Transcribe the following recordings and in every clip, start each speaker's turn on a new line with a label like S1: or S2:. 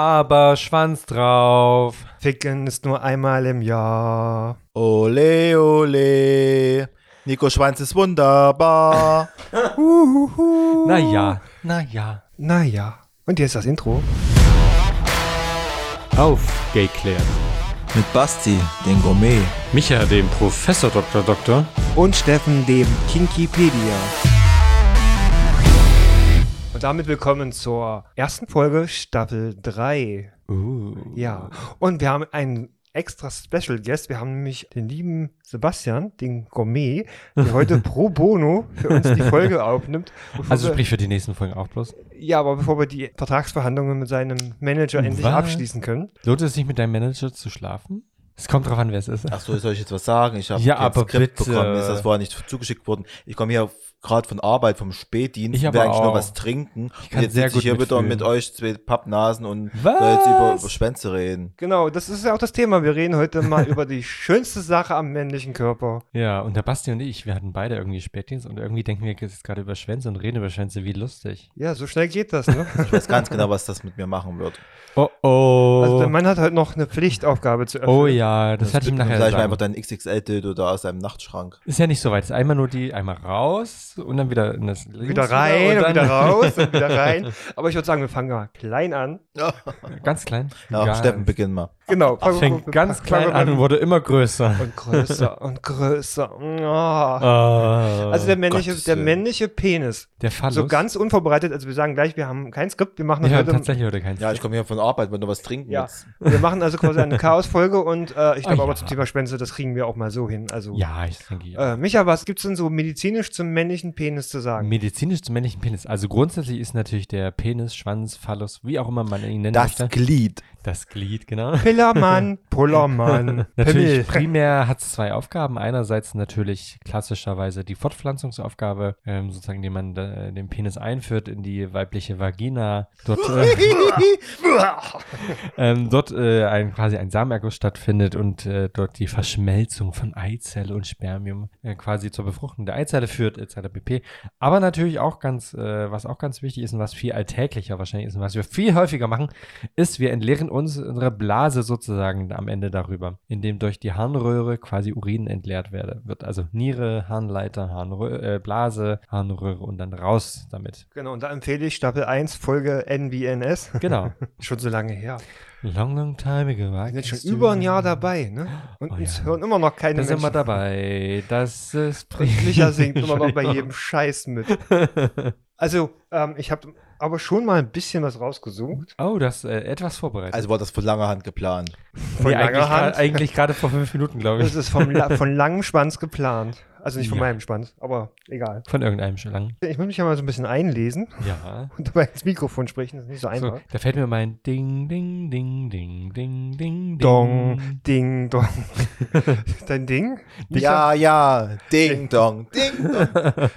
S1: aber Schwanz drauf.
S2: Ficken ist nur einmal im Jahr.
S3: Ole, ole. Nico Schwanz ist wunderbar.
S2: Uhuhu.
S1: Naja, naja.
S2: Naja. Und hier ist das Intro.
S4: Auf Gayclair.
S3: Mit Basti, den Gourmet.
S4: Micha, dem Professor Dr. Doktor.
S2: Und Steffen, dem Kinkipedia. Und damit willkommen zur ersten Folge Staffel 3.
S1: Uh.
S2: Ja. Und wir haben einen extra Special Guest. Wir haben nämlich den lieben Sebastian, den Gourmet, der heute pro bono für uns die Folge aufnimmt. Bevor
S1: Also
S2: wir-
S1: sprich für die nächsten Folgen auch bloß.
S2: Ja, aber bevor wir die Vertragsverhandlungen mit seinem Manager endlich
S1: Was?
S2: abschließen können.
S1: Lohnt es sich mit deinem Manager zu schlafen? Es kommt drauf an, wer es ist.
S3: Achso, soll ich jetzt was sagen? Ich habe
S1: Ja,
S3: kein
S1: aber
S3: Skript
S1: bitte.
S3: bekommen. Mir ist das vorher nicht zugeschickt worden. Ich komme hier gerade von Arbeit, vom Spätdienst.
S1: Ich
S3: Ich
S1: aber
S3: will eigentlich nur
S1: auch.
S3: was trinken. Ich
S1: kann
S3: und jetzt
S1: sehr
S3: sitze
S1: gut
S3: ich hier wieder
S1: mitfühlen.
S3: mit euch zwei Pappnasen und
S1: Was?
S3: soll jetzt über, über Schwänze reden.
S2: Genau, das ist ja auch das Thema. Wir reden heute mal über die schönste Sache am männlichen Körper.
S1: Ja, und der Basti und ich, wir hatten beide irgendwie Spätdienst und irgendwie denken wir jetzt gerade über Schwänze und reden über Schwänze, wie lustig.
S2: Ja, so schnell geht das, ne?
S3: Ich weiß ganz genau, was das mit mir machen wird.
S1: Oh oh.
S2: Also der Mann also hat heute noch eine Pflichtaufgabe zu erfüllen.
S1: oh ja, das, hatte ich ihm
S3: Dann
S1: nachher
S3: sag ich mir einfach
S1: gesagt.
S3: dein XXL-Dildo da aus deinem Nachtschrank.
S1: Ist ja nicht so weit. Ist einmal nur die, einmal raus und dann wieder in das links
S2: Wieder rein und,
S1: Oh. Genau, dann
S2: wieder raus und wieder rein. Aber ich würde sagen, wir fangen mal klein an.
S1: Ganz klein.
S3: Ja,
S1: Egal.
S3: Steppen, beginn mal.
S2: Genau. fangen wir-
S1: Fängt ganz
S2: fangen
S1: klein
S2: wir
S1: an und
S2: beim-
S1: wurde immer größer.
S2: Und größer und größer. Oh. Also
S1: Also
S2: der männliche,
S3: Gottes
S2: der
S3: Willen.
S2: männliche Penis.
S1: der Phallus.
S2: So ganz unvorbereitet, also wir sagen gleich, wir haben kein Skript, wir machen
S1: Ah, Wir haben
S2: heute
S1: tatsächlich heute keinen
S3: Ja, ich komme hier von Arbeit, wenn du was trinken
S2: Ja.
S3: willst.
S2: Wir machen also quasi eine Chaos-Folge und äh, ich
S1: Ah,
S2: glaube aber
S1: ja.
S2: zum Thema Schwänze, das kriegen wir auch mal so hin. Also,
S1: Ja, ich denke, ja.
S2: äh, Micha, was gibt's denn so medizinisch zum männlichen Penis zu sagen?
S1: Medizinisch zum männlichen Penis. Also grundsätzlich ist natürlich der Penis, Schwanz, Phallus, wie auch immer man ihn nennen
S3: Das
S1: möchte.
S3: Glied.
S1: Das Glied, genau.
S2: Pillermann, Pullermann, Pimmel.
S1: Natürlich, primär hat es zwei Aufgaben. Einerseits natürlich klassischerweise die Fortpflanzungsaufgabe, ähm, sozusagen, indem man äh, den Penis einführt in die weibliche Vagina. Dort, äh, ähm, dort äh, ein, quasi ein Samenerguss stattfindet und äh, dort die Verschmelzung von Eizelle und Spermium äh, quasi zur Befruchtung der Eizelle führt, etc. pp. Aber natürlich auch ganz, äh, was auch ganz wichtig ist und was viel alltäglicher wahrscheinlich ist und was wir viel häufiger machen, ist, wir entleeren uns unsere Blase sozusagen am Ende darüber, indem durch die Harnröhre quasi Urin entleert werde, wird. Also Niere, Harnleiter, Harnrö äh, Blase, Harnröhre und dann raus damit.
S2: Genau, und da empfehle ich Staffel 1, Folge NBNS.
S1: Genau.
S2: Schon so lange her.
S1: long, long time ago. I
S2: Wir sind jetzt
S1: kissed
S2: schon über
S1: you.
S2: ein Jahr dabei, ne? Und
S1: Oh
S2: uns
S1: ja.
S2: hören immer noch keine
S1: Da sind wir
S2: Menschen.
S1: dabei. Das ist
S2: Und Micha singt immer noch bei jedem Scheiß mit. Also, ähm, ich habe aber schon mal ein bisschen was rausgesucht.
S1: Oh, das äh, etwas vorbereitet.
S3: Also war das von langer Hand geplant.
S2: Von
S1: nee,
S2: langer
S1: eigentlich gra-
S2: Hand.
S1: eigentlich gerade vor fünf Minuten, glaube
S2: Das
S1: ich.
S2: ist vom, La von langem Schwanz geplant. Also nicht von
S1: Ja.
S2: meinem Schwanz, aber egal.
S1: Von irgendeinem schon lang.
S2: Ich muss mich ja mal so ein bisschen einlesen
S1: Ja.
S2: und dabei ins Mikrofon sprechen. Das ist nicht so einfach.
S1: So, da fällt mir mein Ding, Ding, Ding, Ding, Ding, Ding,
S2: Dong, ding, dong. Dein Ding?
S3: Ja, ja, Ding Dong, Ding Dong.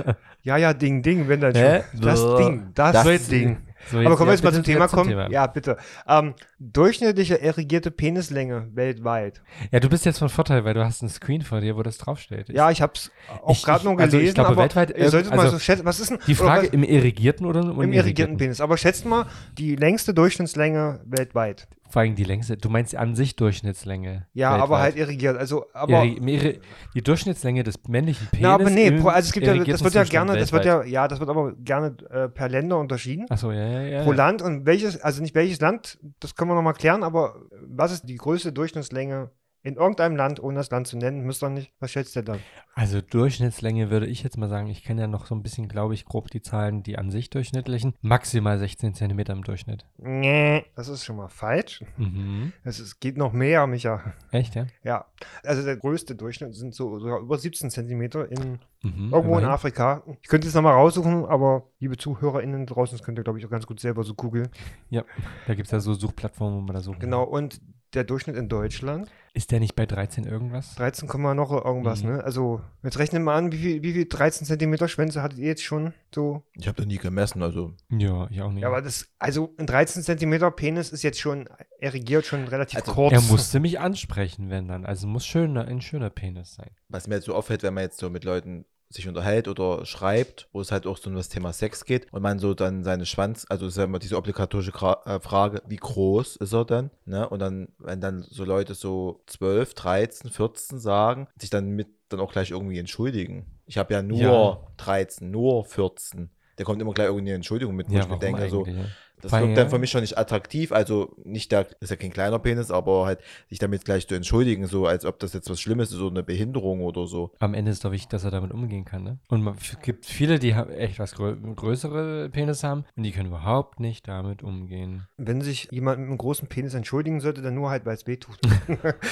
S2: Ja, ja, ding, ding, wenn dann
S1: Hä?
S2: schon. Das
S1: So.
S2: Ding, das,
S3: Das
S2: Ding.
S1: So,
S2: Aber kommen wir jetzt mal
S1: bitte
S2: zum Thema
S1: zum
S2: kommen. Ja, bitte. Ähm, durchschnittliche erigierte Penislänge weltweit.
S1: Ja, du bist jetzt von Vorteil, weil du hast einen Screen vor dir, wo das draufsteht. Ich-
S2: Ja, ich habe es auch
S1: Ich-
S2: gerade
S1: ich-
S2: nur gelesen,
S1: also ich glaube,
S2: aber
S1: weltweit
S2: ihr solltet
S1: irgend-
S2: mal
S1: also
S2: so schätzen, was ist denn
S1: Die
S2: oder
S1: Frage
S2: was,
S1: im irrigierten oder im
S2: im irrigierten Penis. Aber schätzt mal die längste Durchschnittslänge weltweit.
S1: Vor allem die Längste. Du meinst an sich Durchschnittslänge.
S2: Ja, aber
S1: weltweit.
S2: halt irrigiert. Also, aber,
S1: Irri- im Irri- die Durchschnittslänge des männlichen Penis.
S2: na, aber nee,
S1: im
S2: pro, also es gibt ja, das
S1: irrigierten
S2: wird ja
S1: Zustand
S2: gerne, das wird
S1: weltweit.
S2: ja, ja, das wird aber gerne äh, per Länder unterschieden.
S1: Achso, ja, ja, ja.
S2: Pro
S1: ja.
S2: Land und welches, also nicht welches Land, das können wir nochmal klären, aber was ist die größte Durchschnittslänge in irgendeinem Land, ohne das Land zu nennen, müsst ihr nicht, was schätzt ihr dann?
S1: Also Durchschnittslänge würde ich jetzt mal sagen, ich kenne ja noch so ein bisschen, glaube ich, grob die Zahlen, die an sich durchschnittlichen. Maximal 16 cm im Durchschnitt.
S2: Nee, das ist schon mal falsch.
S1: Mhm.
S2: Es ist, geht noch mehr, Micha.
S1: Echt, ja?
S2: Ja, also der größte Durchschnitt sind so sogar über 17 Zentimeter in,
S1: Mhm.
S2: irgendwo in
S1: immerhin.
S2: Afrika. Ich könnte es nochmal raussuchen, aber liebe ZuhörerInnen draußen, das könnt ihr, glaube ich, auch ganz gut selber so googeln.
S1: Mhm. Da gibt es ja so Suchplattformen, wo man da suchen kann.
S2: Genau, und der Durchschnitt in Deutschland,
S1: Ist der nicht bei 13 irgendwas?
S2: 13, Komma noch irgendwas,
S1: Mhm.
S2: ne? Also, jetzt rechnen wir mal an, wie viel, wie viel 13 Zentimeter Schwänze hattet ihr jetzt schon so?
S3: Ich habe da nie gemessen, also.
S1: Ja, ich auch nicht.
S2: Ja, aber das, also ein 13 Zentimeter Penis ist jetzt schon erigiert, schon relativ
S3: Also,
S2: kurz.
S1: er musste mich ansprechen, wenn dann. Also muss schöner, ein schöner Penis sein.
S3: Was mir jetzt so auffällt, wenn man jetzt so mit Leuten sich unterhält oder schreibt, wo es halt auch so um das Thema Sex geht und man so dann seine Schwanz, also ist ja immer diese obligatorische Gra äh, Frage, wie groß ist er denn? Ne? Und dann, wenn dann so Leute so 12, 13, 14 sagen, sich dann mit dann auch gleich irgendwie entschuldigen. Ich habe ja nur
S1: Ja.
S3: 13, nur 14. Der kommt immer gleich irgendwie eine Entschuldigung mit, wo ich mir denke, so,
S1: eigentlich, ja?
S3: das
S1: Weil,
S3: wirkt dann
S1: ja.
S3: für mich schon nicht attraktiv. Also nicht da, ist ja kein kleiner Penis, aber halt sich damit gleich zu entschuldigen, so als ob das jetzt was Schlimmes ist, so eine Behinderung oder so.
S1: Am Ende ist doch wichtig, dass er damit umgehen kann, ne? Und man- es gibt viele, die ha- echt was grö größere Penisse haben und die können überhaupt nicht damit umgehen.
S2: Wenn sich jemand mit einem großen Penis entschuldigen sollte, dann nur halt, weil es weh tut.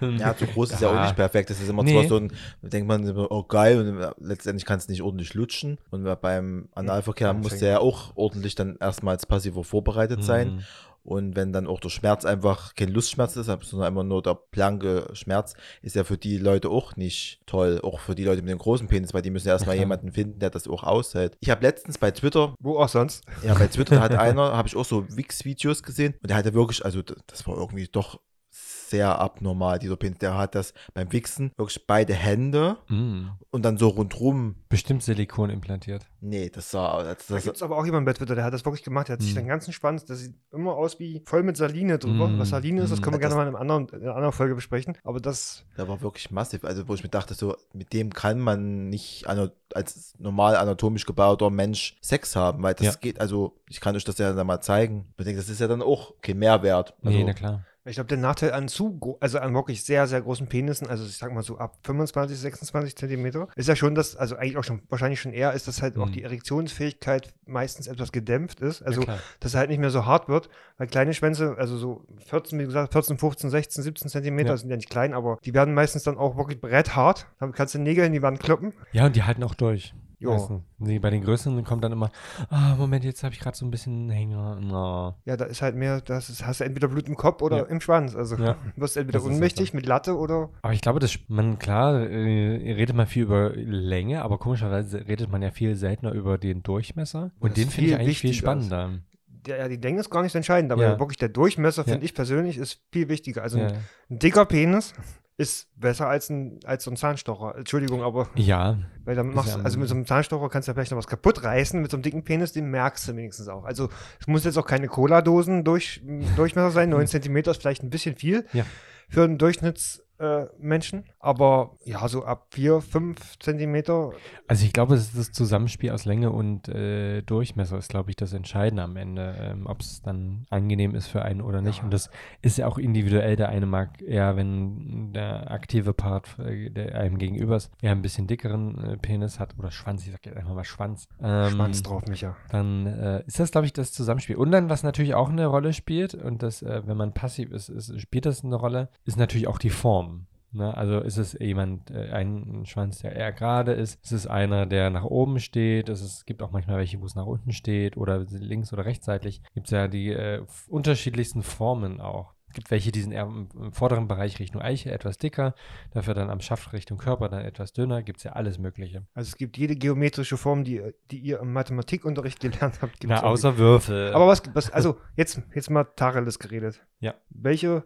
S3: Ja, zu groß ist ja auch
S1: Ja.
S3: nicht perfekt. Das ist immer
S1: Nee.
S3: zwar so ein, da denkt man immer, oh geil, und letztendlich kannst du nicht ordentlich lutschen. Und beim Analverkehr
S2: Anfänger.
S3: muss der ja auch ordentlich dann erstmal als passiver vorbereitet sein.
S1: Mhm.
S3: Und wenn dann auch der Schmerz einfach kein Lustschmerz ist, sondern einfach nur der blanke Schmerz, ist ja für die Leute auch nicht toll. Auch für die Leute mit dem großen Penis, weil die müssen ja erstmal
S1: Ja, klar.
S3: jemanden finden, der das auch aushält. Ich habe letztens bei Twitter,
S2: Wo auch sonst.
S3: ja, bei Twitter hat einer, habe ich auch so Wix-Videos gesehen und der hatte wirklich, also d- das war irgendwie doch sehr abnormal, dieser Penis. Der hat das beim Wichsen wirklich beide Hände
S1: Mhm.
S3: und dann so rundrum.
S1: Bestimmt Silikon implantiert.
S3: Nee, das sah, das,
S2: Da
S3: das,
S2: gibt es aber auch jemanden bei Twitter, der hat das wirklich gemacht. Der hat sich
S1: Mhm.
S2: den ganzen Schwanz, das sieht immer aus wie voll mit Saline drüber.
S1: Mhm.
S2: Was Saline ist, das können wir
S3: Mhm.
S2: gerne
S3: Das-
S2: mal in, einem anderen, in einer anderen Folge besprechen. Aber das,
S3: Der war wirklich massiv. Also, wo ich mir dachte, so, mit dem kann man nicht ana- als normal anatomisch gebauter Mensch Sex haben, weil das
S1: Ja.
S3: geht, also, ich kann euch das ja dann mal zeigen. Ich denke, das ist ja dann auch kein Mehrwert. Also,
S1: Nee, na klar.
S2: ich glaube, der Nachteil an zu, gro- also an wirklich sehr, sehr großen Penissen, also ich sag mal so ab 25, 26 Zentimeter, ist ja schon das, also eigentlich auch schon, wahrscheinlich schon eher, ist, dass halt auch
S1: Mhm.
S2: die Erektionsfähigkeit meistens etwas gedämpft ist. Also
S1: na klar.
S2: dass er halt nicht mehr so hart wird, weil kleine Schwänze, also so 14, wie gesagt, 14, 15, 16, 17 Zentimeter
S1: Ja.
S2: sind ja nicht klein, aber die werden meistens dann auch wirklich bretthart. Damit kannst du Nägel in die Wand kloppen.
S1: Ja, und die halten auch durch.
S2: Jo.
S1: Weißt du, nee, bei den Größen kommt dann immer, ah, Moment, jetzt habe ich gerade so ein bisschen Hänger. Na.
S2: Ja, da ist halt mehr, das ist, hast du entweder Blut im Kopf oder
S1: Ja.
S2: im Schwanz. Also
S1: Ja.
S2: wirst entweder
S1: Das ist
S2: ohnmächtig
S1: halt
S2: mit Latte oder
S1: Aber ich glaube, das, sp- man, klar, äh, redet man viel über Länge, aber komischerweise redet man ja viel seltener über den Durchmesser. Und
S2: Das
S1: den
S2: ist
S1: finde ich
S2: viel
S1: eigentlich viel
S2: wichtiger ist.
S1: spannender.
S2: der, ja, die Länge ist gar nicht entscheidend, aber
S1: Ja.
S2: wirklich der Durchmesser,
S1: Ja.
S2: finde ich persönlich, ist viel wichtiger. Also
S1: Ja.
S2: ein, ein dicker Penis ist besser als, ein, als so ein Zahnstocher. Entschuldigung, aber
S1: ja,
S2: Weil dann
S1: Ist
S2: machst
S1: ja
S2: du,
S1: am-
S2: also mit so einem Zahnstocher kannst du ja vielleicht noch was kaputt reißen, mit so einem dicken Penis, den merkst du wenigstens auch. Also es muss jetzt auch keine Cola-Dosen durch, Durchmesser sein, 9 cm ist vielleicht ein bisschen viel
S1: Ja.
S2: für einen Durchschnittsmenschen, äh, Menschen. aber ja, so ab 4, 5 cm,
S1: Also ich glaube, es ist das Zusammenspiel aus Länge und äh, Durchmesser ist, glaube ich, das Entscheidende am Ende, ähm, ob es dann angenehm ist für einen oder nicht. Und das ist ja auch individuell. Der eine mag eher, wenn der aktive Part äh, der einem gegenüber ist, eher ein bisschen dickeren äh, Penis hat oder Schwanz, ich sage jetzt einfach mal Schwanz. Ähm,
S2: Schwanz drauf, Micha.
S1: dann äh, ist das, glaube ich, das Zusammenspiel. Und dann, was natürlich auch eine Rolle spielt, und das, äh, wenn man passiv ist, ist, spielt das eine Rolle, ist natürlich auch die Form. Ne? Also ist es jemand, äh, ein Schwanz, der eher gerade ist? Ist es einer, der nach oben steht? Ist es gibt auch manchmal welche, wo es nach unten steht oder links oder rechtsseitig. Gibt es ja die äh, f- unterschiedlichsten Formen auch. Es gibt welche, die sind eher im, im vorderen Bereich Richtung Eiche etwas dicker, dafür dann am Schaft Richtung Körper dann etwas dünner. Gibt es ja alles Mögliche.
S2: Also es gibt jede geometrische Form, die, die ihr im Mathematikunterricht gelernt habt. gibt's
S1: Na,
S2: auch.
S1: außer Würfel.
S2: Aber was, was also jetzt, jetzt mal Tacheles geredet.
S1: Ja.
S2: Welche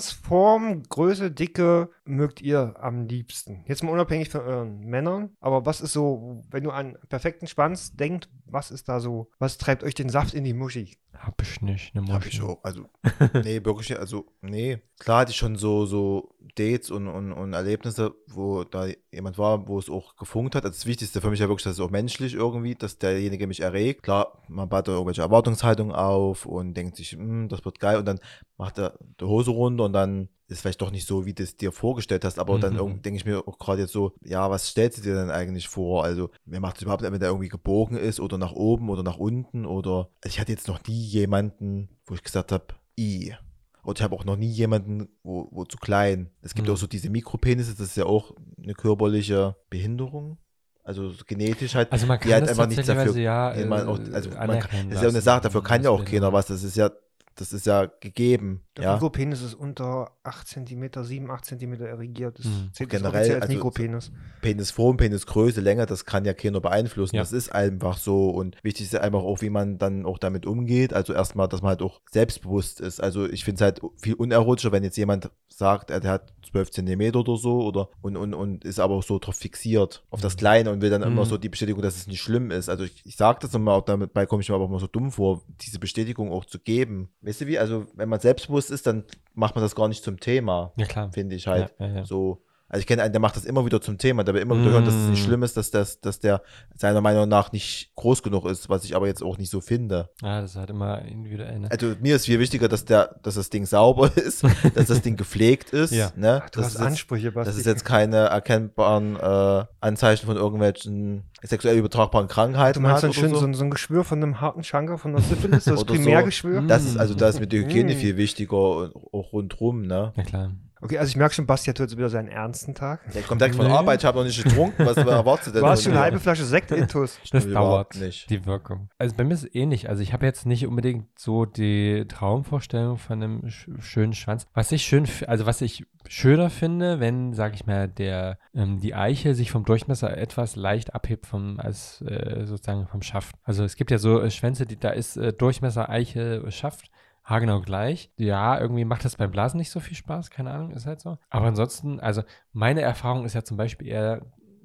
S2: Schwanzform, Größe, Dicke mögt ihr am liebsten? Jetzt mal unabhängig von euren Männern, aber was ist so, wenn du an einen perfekten Schwanz denkt, was ist da so, was treibt euch den Saft in die Muschi?
S1: Hab ich nicht, eine
S3: Hab
S1: Muschel.
S3: ich auch. Also, nee, wirklich, nicht. also, nee. Klar hatte ich schon so, so Dates und, und, und Erlebnisse, wo da jemand war, wo es auch gefunkt hat. Also das Wichtigste für mich ja wirklich, dass es auch menschlich irgendwie, dass derjenige mich erregt. Klar, man baut da irgendwelche Erwartungshaltungen auf und denkt sich, "Hm, das wird geil. Und dann macht er die Hose runter und dann ist vielleicht doch nicht so, wie du es dir vorgestellt hast, aber dann
S1: Mhm.
S3: irgendwie denke ich mir auch gerade jetzt so, ja, was stellst du dir denn eigentlich vor? Also, mir macht es überhaupt, nicht, wenn der irgendwie gebogen ist oder nach oben oder nach unten oder also ich hatte jetzt noch nie jemanden, wo ich gesagt habe, i. Und ich habe auch noch nie jemanden, wo, wo zu klein. Es gibt
S1: Mhm.
S3: auch so diese Mikropenisse, das ist ja auch eine körperliche Behinderung. Also genetisch halt.
S1: Also man
S3: die
S1: kann
S3: halt
S1: das
S3: einfach nichts dafür-
S1: tatsächlicherweise ja,
S3: die man
S1: äh,
S3: auch, also man,
S1: anerkennen
S3: das ist ja auch eine
S1: lassen, ne? genau.
S3: Sache, dafür kann ja auch
S1: dass wir-
S3: keiner was. Das ist ja, das ist ja gegeben.
S2: Der
S3: Ja.
S2: Mikropenis ist unter 8 cm, 7, 8 cm erregiert. Das
S1: Mhm.
S2: zählt
S3: Generell,
S2: generell als
S3: also-
S2: Mikropenis.
S3: Penisform, Penisgröße, Länge, das kann ja keiner beeinflussen.
S1: Ja.
S3: Das ist einfach so. Und wichtig ist ja einfach auch, wie man dann auch damit umgeht. Also erstmal, dass man halt auch selbstbewusst ist. Also ich finde es halt viel unerotischer, wenn jetzt jemand sagt, er der hat 12 Zentimeter oder so oder und, und, und ist aber auch so drauf fixiert auf das Kleine und will dann immer
S1: Mhm.
S3: so die Bestätigung, dass es nicht schlimm ist. Also ich, ich sage das immer auch, dabei komme ich mir aber auch immer so dumm vor, diese Bestätigung auch zu geben. Weißt du wie? Also wenn man selbstbewusst ist, dann macht man das gar nicht zum Thema,
S1: Ja, klar.
S3: finde ich halt.
S1: Ja, ja, ja.
S3: So. Also ich kenne einen, der macht das immer wieder zum Thema, der will immer wieder hören, dass es nicht
S1: Mm.
S3: schlimm ist, dass, das, dass der seiner Meinung nach nicht groß genug ist, was ich aber jetzt auch nicht so finde.
S1: Ja, das ist halt immer individuell. Ne?
S3: Also mir ist viel wichtiger, dass, der, dass das Ding sauber ist, dass das Ding gepflegt ist.
S1: Ja.
S3: Ne?
S2: Ach, du
S3: das,
S2: hast
S3: ist jetzt,
S2: Ansprüche, Basti.
S3: das ist jetzt keine erkennbaren äh, Anzeichen von irgendwelchen sexuell übertragbaren
S2: Du
S3: Krankheiten.
S2: meinst
S3: hat
S2: so ein,
S3: oder
S2: schön,
S3: so.
S2: so. ein, so ein Geschwür von einem harten Schanker, von einer Syphilis, so das
S3: Oder so.
S2: Primärgeschwür?
S1: Mhm.
S3: Das ist also da ist mir die Hygiene
S2: Mm.
S3: viel wichtiger und auch rundrum. Ne?
S1: Ja, klar.
S2: Okay, also ich merke schon, Basti hat heute wieder seinen ernsten Tag.
S3: Der kommt direkt von
S1: Nee.
S3: der Arbeit, ich habe noch nicht getrunken, was erwartet denn
S2: Du hast
S3: von
S2: schon eine
S3: mir?
S2: halbe Flasche Sekt intus.
S1: Das
S3: Stimmt überhaupt
S1: dauert
S3: nicht.
S1: die Wirkung. Also bei mir ist es ähnlich. Also ich habe jetzt nicht unbedingt so die Traumvorstellung von einem sch- schönen Schwanz. Was ich schön, f- also was ich schöner finde, wenn, sage ich mal, der ähm, die Eiche sich vom Durchmesser etwas leicht abhebt vom als äh, sozusagen vom Schaft. Also es gibt ja so äh, Schwänze, die da ist äh, Durchmesser Eiche äh, Schaft. Haargenau gleich. Ja, irgendwie macht das beim Blasen nicht so viel Spaß, keine Ahnung, ist halt so. Aber ansonsten, also meine Erfahrung ist ja zum Beispiel eher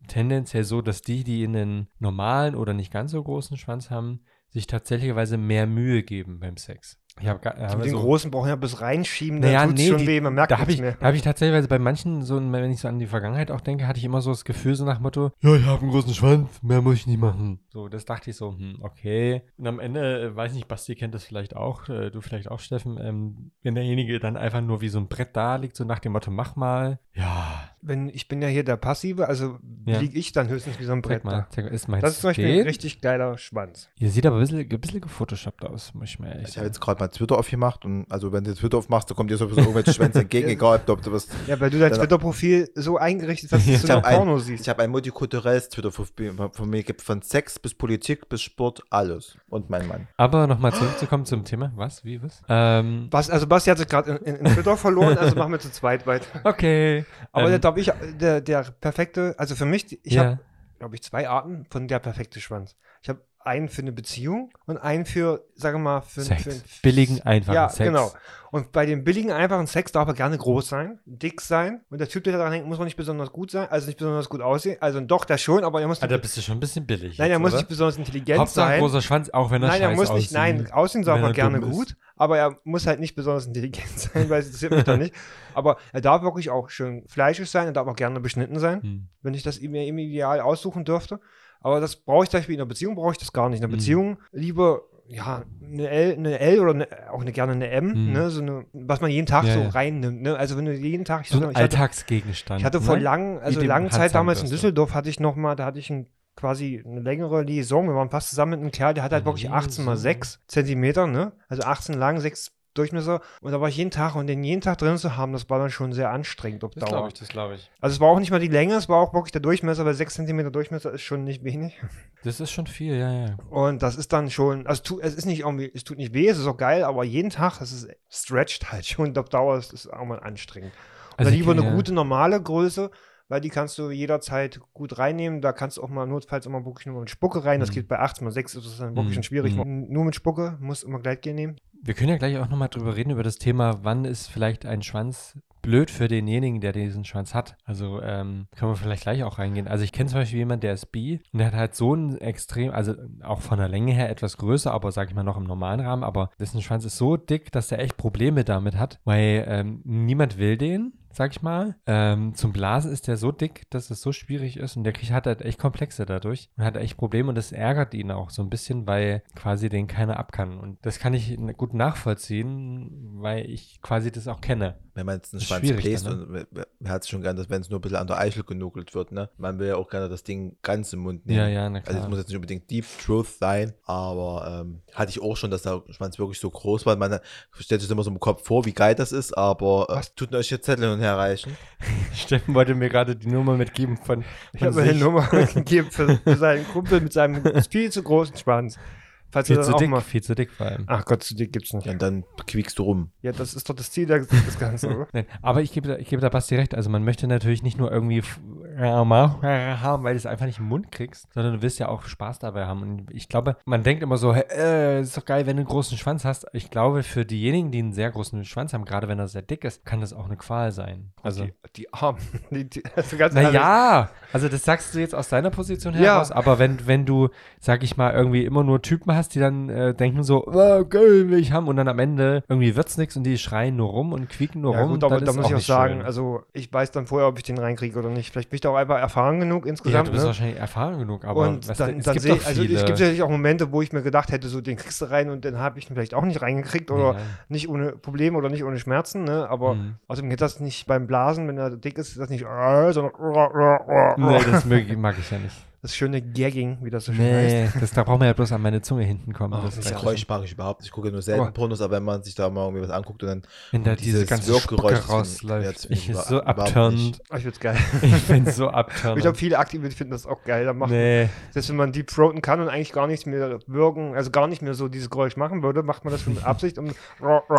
S1: tendenziell so, dass die, die einen normalen oder nicht ganz so großen Schwanz haben, sich tatsächlicherweise mehr Mühe geben beim Sex. Ich habe gar-
S2: Die
S1: habe
S2: Mit den
S3: also-
S1: so-
S2: großen brauchen ja bis reinschieben,
S1: Naja,
S2: da tut's
S1: nee,
S2: schon
S1: die-
S2: weh, man merkt
S1: da habe
S2: nichts
S1: ich,
S2: mehr.
S1: da hab ich tatsächlich bei manchen, so, wenn ich so an die Vergangenheit auch denke, hatte ich immer so das Gefühl, so nach dem Motto, ja, ich habe einen großen Schwanz, mehr muss ich nicht machen. So, das dachte ich so, hm, okay. Und am Ende, äh, weiß nicht, Basti kennt das vielleicht auch, äh, du vielleicht auch, Steffen, ähm, wenn derjenige dann einfach nur wie so ein Brett da liegt, so nach dem Motto, mach mal. Ja,
S2: Wenn, ich bin ja hier der Passive, also
S1: Ja.
S2: liege ich dann höchstens wie so ein
S1: zeig
S2: Brett
S1: mal,
S2: da.
S1: zeig mal, ist mein
S2: Das ist zum Beispiel ein richtig geiler Schwanz.
S1: Ihr seht aber ein bisschen, ein bisschen gefotoshoppt aus, muss ich mir ehrlich
S3: Ich habe
S1: sagen.
S3: jetzt gerade mal Twitter aufgemacht und also wenn du Twitter aufmachst, da kommt dir sowieso irgendwelche Schwänze entgegen, egal ob du- ob du was.
S2: Ja, weil du dein
S3: Dann-
S2: Twitter-Profil so eingerichtet hast, dass
S3: Ich
S2: du nur
S3: habe
S2: Porno
S3: ein,
S2: siehst.
S3: ich hab ein multikulturelles Twitter von, von mir gibt von Sex bis Politik bis Sport alles und mein Mann.
S1: Aber nochmal zurückzukommen zum Thema, was, wie, was? Ähm,
S2: Bas, also Basti hat sich gerade in, in, in Twitter verloren, also machen wir zu zweit weiter.
S1: okay.
S2: Aber
S1: ähm,
S2: der, glaube ich, äh, der, der perfekte, also für mich, ich
S1: ja.
S2: habe, glaube ich, zwei Arten von der perfekte Schwanz. Ich habe einen für eine Beziehung und einen für, sage mal, für,
S1: Sex.
S2: für einen
S1: Billigen, einfachen
S2: ja,
S1: Sex.
S2: genau. Und bei dem billigen, einfachen Sex darf er gerne groß sein, dick sein. Und der Typ, der daran hängt, muss man nicht besonders gut sein, also nicht besonders gut aussehen. Also doch, der schon, aber er muss
S1: Alter,
S2: nicht,
S1: Ah, bist du schon ein bisschen billig.
S2: nein,
S1: jetzt,
S2: er muss
S1: oder?
S2: nicht besonders intelligent
S1: Hauptsache
S2: sein.
S1: großer Schwanz, auch wenn er
S2: Nein, er
S1: scheiße
S2: muss nicht,
S1: aussieht. Hm.
S2: nein, aussehen
S1: wenn
S2: darf er
S1: er
S2: gerne
S1: dumm ist.
S2: gut, aber er muss halt nicht besonders intelligent sein, weil es interessiert mich doch nicht. Aber er darf wirklich auch schön fleischig sein, er darf auch gerne beschnitten sein,
S1: Hm.
S2: wenn ich das ihm ihm ideal aussuchen dürfte. Aber das brauche ich zum Beispiel in einer Beziehung, brauche ich das gar nicht. In einer
S1: Mhm.
S2: Beziehung lieber, ja, eine L, eine L oder eine, auch eine, gerne eine M,
S1: Mhm.
S2: ne, so eine, was man jeden Tag
S1: Ja,
S2: so
S1: ja.
S2: reinnimmt. Ne? Also wenn du jeden Tag, ich,
S1: So
S2: weiß
S1: ein
S2: noch, ich hatte-
S1: Alltagsgegenstand.
S2: ich hatte vor
S1: ne?
S2: lang, also
S1: dem
S2: langen Zeit damals in
S1: Handzahnbürste.
S2: Düsseldorf hatte ich noch mal, da hatte ich ein, quasi eine längere Liaison. Wir waren fast zusammen mit einem Kerl, der hatte halt
S1: Mhm.
S2: wirklich 18 mal
S1: Liaison.
S2: 6 Zentimeter, ne? Also 18 lang, 6 Durchmesser. Und da war ich jeden Tag und den jeden Tag drin zu haben, das war dann schon sehr anstrengend auf
S1: Das glaube
S2: Dauer.
S1: ich, das glaube ich.
S2: Also es war auch nicht mal die Länge, es war auch wirklich der Durchmesser, weil 6 Zentimeter Durchmesser ist schon nicht wenig.
S1: Das ist schon viel, ja, ja.
S2: Und das ist dann schon, also tu, es ist nicht irgendwie, es tut nicht weh, es ist auch geil, aber jeden Tag, es ist stretched halt schon auf Dauer, es ist auch mal anstrengend. Und
S1: Also
S2: dann
S1: ich
S2: lieber
S1: kenn
S2: eine
S1: ja-
S2: gute normale Größe, weil die kannst du jederzeit gut reinnehmen. Da kannst du auch mal notfalls immer wirklich nur mit Spucke rein. Das
S1: Mhm.
S2: geht bei 18 mal 6 ist es dann wirklich
S1: Mhm.
S2: schon schwierig.
S1: Mhm.
S2: Nur mit Spucke, musst immer gleich gehen nehmen.
S1: Wir können ja gleich auch nochmal drüber reden, über das Thema, wann ist vielleicht ein Schwanz blöd für denjenigen, der diesen Schwanz hat. Also ähm, können wir vielleicht gleich auch reingehen. Also ich kenne zum Beispiel jemanden, der ist bi und der hat halt so einen extrem, also auch von der Länge her etwas größer, aber sag ich mal noch im normalen Rahmen, aber dessen Schwanz ist so dick, dass der echt Probleme damit hat, weil ähm, niemand will den, sag ich mal. Ähm, zum Blasen ist der so dick, dass es so schwierig ist und der kriegt, hat halt echt Komplexe dadurch und hat echt Probleme und das ärgert ihn auch so ein bisschen, weil quasi den keiner ab kann. Und das kann ich n- gut nachvollziehen, weil ich quasi das auch kenne.
S3: Wenn man jetzt einen
S1: Ist
S3: Schwanz
S1: schwierig
S3: bläst
S1: dann, ne?
S3: und wer- wer hat es schon gern, dass wenn es nur ein bisschen an der Eichel genugelt wird, ne? Man will ja auch gerne das Ding ganz im Mund nehmen.
S1: Ja, ja, na klar.
S3: Also es muss jetzt nicht unbedingt Deep Truth sein, aber ähm, hatte ich auch schon, dass der Schwanz wirklich so groß war. Man stellt sich das immer so im Kopf vor, wie geil das ist, aber äh,
S2: Was?
S3: tut euch jetzt Zettel hin und her reichen.
S1: Steffen wollte mir gerade die Nummer mitgeben von,
S2: Ich
S1: von
S2: habe mir die
S1: sich.
S2: Nummer gegeben für, für seinen Kumpel mit seinem viel zu großen Schwanz. Falls ihr
S1: Viel
S2: das
S1: zu
S2: auch
S1: dick,
S2: mal.
S1: viel zu dick vor allem.
S2: Ach Gott, zu dick gibt's nicht.
S3: Ja, und dann quiekst du rum.
S2: Ja, das ist doch das Ziel der- des Ganzen, oder?
S1: Nein, aber ich gebe, da- ich gebe da Basti recht. Also man möchte natürlich nicht nur irgendwie f- äh, haben, weil du es einfach nicht im Mund kriegst, sondern du willst ja auch Spaß dabei haben. Und ich glaube, man denkt immer so, hä, äh, ist doch geil, wenn du einen großen Schwanz hast. Ich glaube, für diejenigen, die einen sehr großen Schwanz haben, gerade wenn er sehr dick ist, kann das auch eine Qual sein. Also,
S2: Die, die Armen. Die, die, also ganz alles-
S1: naja, also das sagst du jetzt aus deiner Position
S2: Ja.
S1: heraus, aber wenn, wenn du, sag ich mal, irgendwie immer nur Typen hast, die dann äh, denken so, oh, geil, will ich haben und dann am Ende irgendwie wird's nix und die schreien nur rum und quieken nur
S2: Ja,
S1: rum.
S2: gut,
S1: und
S2: aber
S1: dann
S2: da
S1: ist
S2: muss ich auch
S1: nicht
S2: sagen,
S1: schön.
S2: also ich weiß dann vorher, ob ich den reinkriege oder nicht. Vielleicht bin ich da auch einfach erfahren genug
S1: Ja,
S2: insgesamt.
S1: du bist
S2: ne?
S1: wahrscheinlich erfahren genug, aber
S2: Und
S1: weißt du,
S2: dann,
S1: es
S2: dann
S1: gibt
S2: sehe
S1: doch
S2: ich, also
S1: viele.
S2: es gibt natürlich auch Momente, wo ich mir gedacht hätte, so den kriegst du rein und den habe ich ihn vielleicht auch nicht reingekriegt oder
S1: Ja.
S2: nicht ohne Probleme oder nicht ohne Schmerzen, ne? Aber
S1: Mhm.
S2: außerdem geht das nicht beim Blasen, wenn er dick ist, ist das nicht, äh, sondern äh, äh, äh,
S1: Nee,
S2: äh.
S1: das mag, ich- mag ich ja nicht.
S2: das schöne Gagging, wie das so schön heißt.
S1: Nee, das, da braucht man ja bloß an meine Zunge hinten kommen.
S3: Oh,
S1: das
S3: das
S1: ist ja
S3: Geräusch mag ich überhaupt. nicht. Ich gucke nur selten
S1: Oh.
S3: Pornos, aber wenn man sich da mal irgendwie was anguckt und dann
S1: wenn da diese
S3: dieses
S1: ganze
S3: Wirkgeräusch
S1: Spucke
S3: ist- ja, das
S1: rausläuft.
S3: finde
S1: Ich
S3: ich
S1: ist
S3: über-
S1: so
S3: überhaupt
S1: abturned.
S3: nicht.
S2: Ah, Ich find's geil.
S1: Ich bin so
S2: Ich glaube,
S1: abturned.
S2: viele Aktive finden das auch geil. Dann macht
S1: Nee.
S2: Selbst wenn man deep throaten kann und eigentlich gar nichts mehr wirken, also gar nicht mehr so dieses Geräusch machen würde, macht man das schon mit Absicht, um,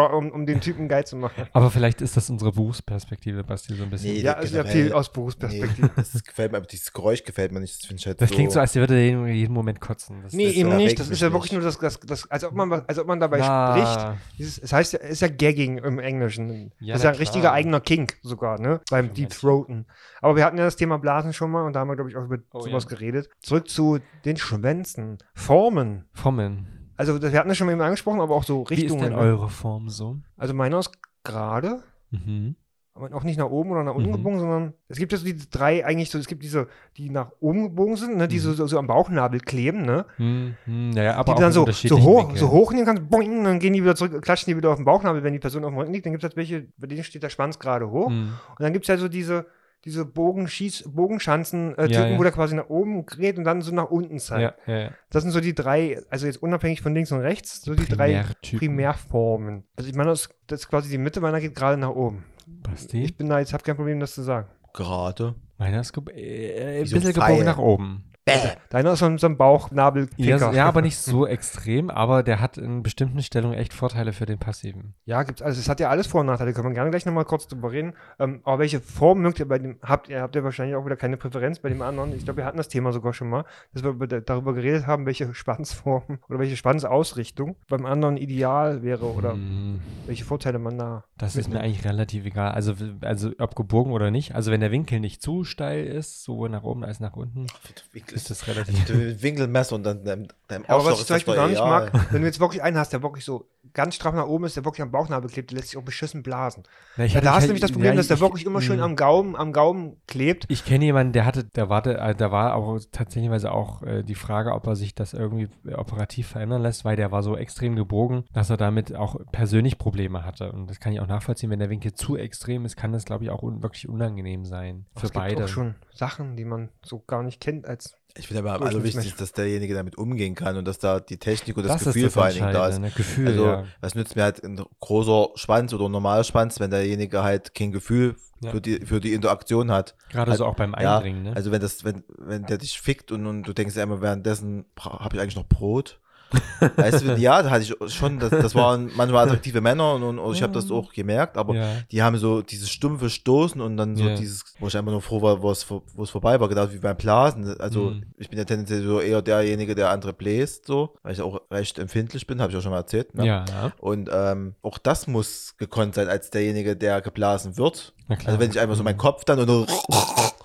S2: um, um den Typen geil zu machen.
S1: Aber vielleicht ist das unsere Berufsperspektive, Basti, so ein bisschen.
S3: Nee,
S2: Ja, ist ja
S3: generell-
S2: viel aus
S3: nee,
S2: Berufsperspektive.
S3: das gefällt mir, aber dieses Geräusch gefällt mir nicht. Das finde ich halt
S1: Das
S3: so.
S1: klingt so, als würde der jeden, jeden Moment kotzen. Das
S2: Nee,
S1: ist
S2: eben
S1: so,
S2: nicht.
S3: regt
S2: Das
S3: mich
S2: ist ja
S3: nicht.
S2: wirklich nur das, das, das als, ob man, was- als ob man dabei
S1: Na.
S2: spricht. Dieses, es heißt ja, es ist ja Gagging im Englischen.
S1: Ja,
S2: das ist
S1: na
S2: ja ein richtiger
S1: klar.
S2: eigener Kink sogar, ne? Beim Deep Throaten. Aber wir hatten ja das Thema Blasen schon mal und da haben wir, glaube ich, auch über
S1: Oh,
S2: sowas
S1: ja.
S2: geredet. Zurück zu den Schwänzen. Formen.
S1: Formeln.
S2: Also, das, wir hatten das schon mal eben angesprochen, aber auch so
S1: Wie ist
S2: Richtungen.
S1: denn
S2: ne?
S1: eure Form so?
S2: Also, meiner ist gerade.
S1: Mhm.
S2: aber auch nicht nach oben oder nach unten
S1: Mhm.
S2: gebogen, sondern es gibt ja so diese drei eigentlich so, es gibt diese, die nach oben gebogen sind, ne, die
S1: Mhm.
S2: so, so, so am Bauchnabel kleben, ne?
S1: Hm, hm, naja, aber
S2: die
S1: auch
S2: du dann
S1: in
S2: so, so
S1: unterschiedlichen
S2: hoch,
S1: Winkeln.
S2: so hochnehmen kannst, boing, dann gehen die wieder zurück, klatschen die wieder auf den Bauchnabel, wenn die Person auf dem Rücken liegt, dann gibt es halt welche, bei denen steht der Schwanz gerade hoch.
S1: Hm.
S2: Und dann gibt es ja so diese, diese Bogenschieß, Bogenschanzen, äh,
S1: Ja,
S2: Typen,
S1: ja.
S2: wo der quasi nach oben geht und dann so nach unten zeigt.
S1: Ja, ja, ja.
S2: Das sind so die drei, also jetzt unabhängig von links und rechts, so die drei
S1: Primärtypen.
S2: Primärformen. Also ich meine, das, das ist quasi die Mitte, meiner geht gerade nach oben.
S1: Basti,
S2: Ich bin da jetzt, habe kein Problem, das zu sagen.
S3: gerade.
S1: meiner ist ge- äh, ein
S3: Wie so ein
S1: bisschen
S3: Pfeil.
S1: gebogen nach oben.
S2: Deiner ist so ein, so ein Bauchnabel.
S1: Ja, ja, aber nicht so extrem, aber der hat in bestimmten Stellungen echt Vorteile für den Passiven.
S2: Ja, gibt's alles. Es hat ja alles Vor- und Nachteile. Können wir gerne gleich nochmal kurz drüber reden. Ähm, aber welche Form mögt ihr bei dem, habt ihr, habt ihr wahrscheinlich auch wieder keine Präferenz bei dem anderen. Ich glaube, wir hatten das Thema sogar schon mal, dass wir über, darüber geredet haben, welche Schwanzform oder welche Schwanzausrichtung beim anderen ideal wäre oder
S1: Hm.
S2: welche Vorteile man da.
S1: Das ist mir eigentlich relativ egal. Also, w- also ob gebogen oder nicht. Also wenn der Winkel nicht zu steil ist, sowohl nach oben als nach unten, ist das relativ.
S3: Du mit Winkelmesser und dann deinem, deinem
S2: Aber
S3: Ausschlag
S2: was ich
S3: ist
S2: zum
S3: das
S2: Beispiel
S3: doch
S2: gar nicht
S3: egal.
S2: mag, wenn du jetzt wirklich einen hast, der wirklich so ganz straff nach oben ist, der wirklich am Bauchnabel klebt, der lässt sich auch beschissen blasen.
S1: Na, ich halt
S2: Ja, da hast
S1: hatte- ich
S2: du
S1: hatte-
S2: nämlich das Problem,
S1: ja,
S2: dass der
S1: ich-
S2: wirklich immer schön
S1: hm.
S2: am Gaumen, am Gaumen klebt.
S1: Ich kenne jemanden, der hatte, der warte, äh, da war aber tatsächlich auch äh, die Frage, ob er sich das irgendwie äh, operativ verändern lässt, weil der war so extrem gebogen, dass er damit auch persönlich Probleme hatte. Und das kann ich auch nachvollziehen, wenn der Winkel zu extrem ist, kann das, glaube ich, auch un wirklich unangenehm sein
S2: Aber
S1: für
S2: es gibt
S1: beide.
S2: auch schon Sachen, die man so gar nicht kennt als
S3: Ich finde aber am
S2: Durch den
S3: allerwichtigsten
S2: Smash.
S3: ist, dass derjenige damit umgehen kann und dass da die Technik und das,
S1: Das ist
S3: Gefühl
S1: das
S3: vor allen Dingen da ist.
S1: Entscheidende, ne? Gefühl,
S3: also,
S1: ja.
S3: was nützt mir halt ein großer Schwanz oder ein normaler Schwanz, wenn derjenige halt kein Gefühl
S1: Ja.
S3: für, die, für die Interaktion hat?
S1: Gerade
S3: halt,
S1: so auch beim
S3: Ja,
S1: Eindringen, ne?
S3: Also, wenn, das, wenn, wenn der dich fickt und, und du denkst ja immer währenddessen, habe ich eigentlich noch Brot? weißt du, ja, da hatte ich schon, das, das waren manchmal attraktive Männer und, und, und ich habe das auch gemerkt, aber
S1: Mhm. ja.
S3: die haben so dieses stumpfe Stoßen und dann so
S1: Ja.
S3: dieses, wo ich einfach nur froh war, wo es, vor- wo es vorbei war, gedacht wie beim Blasen. Also
S1: Mhm.
S3: ich bin ja tendenziell so eher derjenige, der andere bläst, so, weil ich auch recht empfindlich bin, habe ich auch schon mal erzählt. Ne?
S1: ja, ja.
S3: Und ähm, auch das muss gekonnt sein als derjenige, der geblasen wird.
S1: Na klar.
S3: Also wenn ich einfach so meinen Kopf dann und so-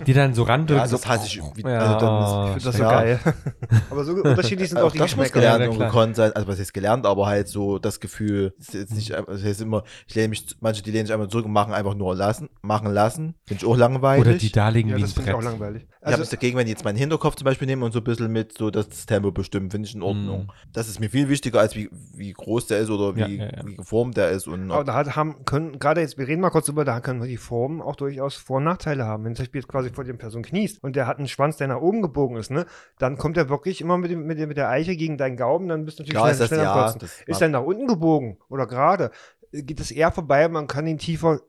S1: Die dann so randrücken. Oh,
S3: ja, also
S1: so,
S3: das hasse ich. Wie,
S1: Ja,
S3: also
S1: ich
S3: dann
S1: find
S2: Das ist so
S3: ja.
S2: geil. Aber so unterschiedlich sind auch
S3: Auch
S2: die
S3: das muss
S2: Geschmäcker.
S1: Ja,
S3: gelernt und
S1: klar.
S3: gekonnt sein. Also was heißt gelernt, aber halt so das Gefühl, es ist jetzt nicht, einfach- es heißt immer, ich lehne mich, manche die lehnen sich einfach zurück und machen einfach nur lassen, machen lassen. Finde ich auch langweilig.
S1: oder die da liegen
S2: Ja,
S1: wie
S2: das
S1: ein
S2: finde ich auch
S1: Brett.
S2: langweilig.
S3: ich habe
S2: Also,
S3: nichts dagegen, wenn die jetzt meinen Hinterkopf zum Beispiel nehmen und so ein bisschen mit so das Tempo bestimmen, finde ich in Ordnung. Das ist mir viel wichtiger, als wie, wie groß der ist oder wie,
S1: Mhm. Ja, ja, ja.
S3: wie geformt der ist. Und
S2: aber da hat- haben, können, gerade jetzt, wir reden mal kurz über, da können wir die Formen auch durchaus Vor- und Nachteile haben. Wenn zum Beispiel jetzt quasi vor dem Person kniest und der hat einen Schwanz, der nach oben gebogen ist, ne, dann kommt er wirklich immer mit, dem, mit, dem, mit der Eiche gegen deinen Gaumen, dann bist du natürlich
S3: klar ist das
S2: am
S3: ja.
S2: Kotzen.
S3: Das
S2: Ist er nach unten gebogen oder gerade? Geht es eher vorbei, man kann ihn tiefer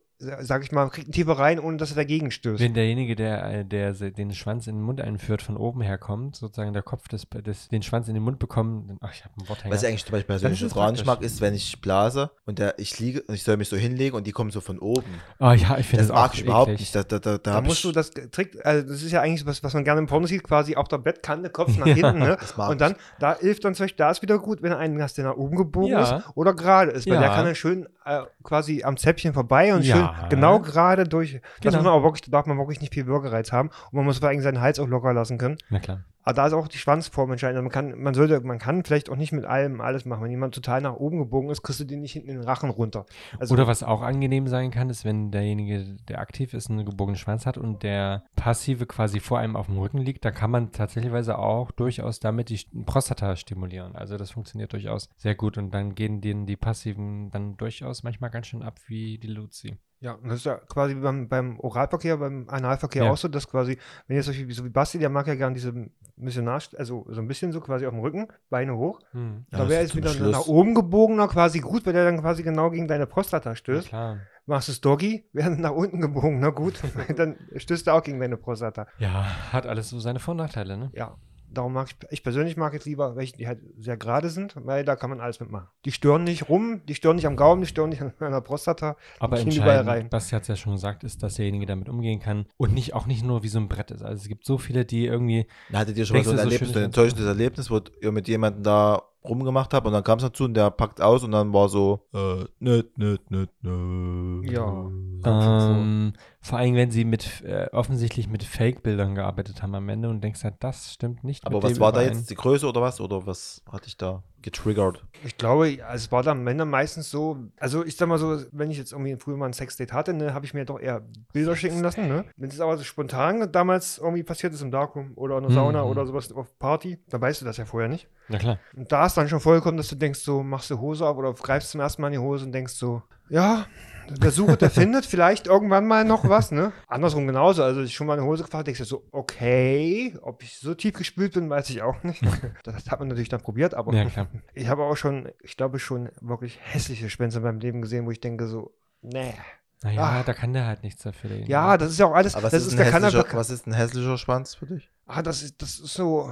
S2: sag ich mal, kriegt einen Tiefer rein, ohne dass er dagegen stößt.
S1: Wenn derjenige, der, äh, der se- den Schwanz in den Mund einführt, von oben herkommt, sozusagen der Kopf des, des, den Schwanz in den Mund bekommt, dann, ach, ich habe ein Wort
S3: Was ich eigentlich zum Beispiel persönlich
S1: ist
S3: gar nicht mag,
S1: praktisch.
S3: ist, wenn ich blase und der, ich liege und ich soll mich so hinlegen und die kommen so von oben.
S1: Ah ja, ich finde
S3: Das,
S1: das,
S3: mag
S1: auch
S3: ich überhaupt
S1: eklig.
S3: nicht. Da, da, da, da
S2: Da
S3: hab
S2: musst
S3: ich-
S2: du das Trick, also das ist ja eigentlich was, was man gerne im Porno sieht, quasi auf der Bettkante, Kopf nach
S1: Ja,
S2: hinten, ne?
S3: das mag
S2: Und dann, da hilft dann zum Beispiel, da ist wieder gut, wenn du einen hast, der nach oben gebogen
S1: Ja.
S2: ist oder gerade ist, weil der
S1: Ja.
S2: kann dann schön äh, quasi am Zäpfchen vorbei und
S1: Ja.
S2: schön genau gerade durch. Das
S1: Genau.
S2: muss man auch wirklich, da darf man wirklich nicht viel Würgereiz haben und man muss vor allem seinen Hals auch locker lassen können.
S1: Na klar.
S2: Aber da ist auch die Schwanzform entscheidend. Also Man kann, man sollte, man kann vielleicht auch nicht mit allem alles machen. Wenn jemand total nach oben gebogen ist, kriegst du den nicht hinten in den Rachen runter. Also
S1: Oder was auch angenehm sein kann, ist, wenn derjenige, der aktiv ist, einen gebogenen Schwanz hat und der passive quasi vor einem auf dem Rücken liegt, da kann man tatsächlich auch durchaus damit die St- Prostata stimulieren. Also das funktioniert durchaus sehr gut und dann gehen denen die passiven dann durchaus manchmal ganz schön ab wie die Luzi.
S2: Ja, und das ist ja quasi wie beim, beim Oralverkehr, beim Analverkehr
S1: Ja.
S2: auch so, dass quasi, wenn jetzt zum Beispiel, so wie Basti, der mag ja gern diese Missionar, also so ein bisschen so quasi auf dem Rücken, Beine hoch.
S1: Hm.
S2: da
S3: Ja, das
S2: wäre jetzt
S3: ist zum
S2: wieder ein
S3: Schluss.
S2: nach oben gebogener quasi gut, weil der dann quasi genau gegen deine Prostata
S1: Ja,
S2: stößt.
S1: klar.
S2: Machst du es Doggy, wäre nach unten gebogen, na gut, dann stößt er auch gegen deine Prostata.
S1: Ja, hat alles so seine Vor- und Nachteile, ne?
S2: Ja, darum mag ich, ich persönlich mag jetzt lieber welche, die halt sehr gerade sind, weil da kann man alles mitmachen. Die stören nicht rum, die stören nicht am Gaumen, die stören nicht an meiner Prostata.
S1: Aber
S2: kriegen die überall rein.
S1: entscheidend, Basti hat es ja schon gesagt, ist, dass derjenige damit umgehen kann und nicht auch nicht nur wie so ein Brett ist. Also es gibt so viele, die irgendwie
S3: Na, hattet ihr schon mal so ein
S1: Denkst du, so
S3: Erlebnis,
S1: schön
S3: so ein
S1: ist das?
S3: enttäuschendes Erlebnis, wo ihr mit jemandem da rumgemacht habt und dann kam es dazu und der packt aus und dann war so, äh, nö, nö, nö, nö.
S2: Ja.
S1: Ähm, vor allem, wenn sie mit äh, offensichtlich mit Fake-Bildern gearbeitet haben am Ende und denkst, ja, das stimmt nicht.
S3: Aber
S1: mit
S3: was
S1: dem
S3: war da
S1: überein.
S3: jetzt? Die Größe oder was? Oder was hatte ich da getriggert?
S2: Ich glaube, also es war dann Männer meistens so, also ich sag mal so, wenn ich jetzt irgendwie früher mal ein Sexdate hatte, ne, habe ich mir doch eher Bilder schicken lassen, ne? Wenn es aber so spontan damals irgendwie passiert ist im Darkroom oder in der Sauna
S1: Mhm.
S2: oder sowas auf Party, dann weißt du das ja vorher nicht.
S1: Na klar.
S2: Und da ist dann schon vollkommen, dass du denkst so, machst du Hose ab oder greifst zum ersten Mal in die Hose und denkst so, ja, der sucht, der findet vielleicht irgendwann mal noch was, ne? Andersrum genauso, also ich schon mal in die Hose gefahren, denkst du so, okay, ob ich so tief gespült bin, weiß ich auch nicht. Das hat man natürlich dann probiert, aber
S1: Ja, klar.
S2: ich habe auch schon, ich glaube schon wirklich hässliche Schwänze in meinem Leben gesehen, wo ich denke so, nee.
S1: Naja,
S2: Ah.
S1: da kann der halt nichts dafür. der-
S2: Ja, das ist ja auch alles,
S3: Aber was,
S2: das
S3: ist
S2: ist,
S3: ein
S2: der kann
S3: hässlicher, was ist ein hässlicher Schwanz für dich?
S2: Ah, das ist, das ist so,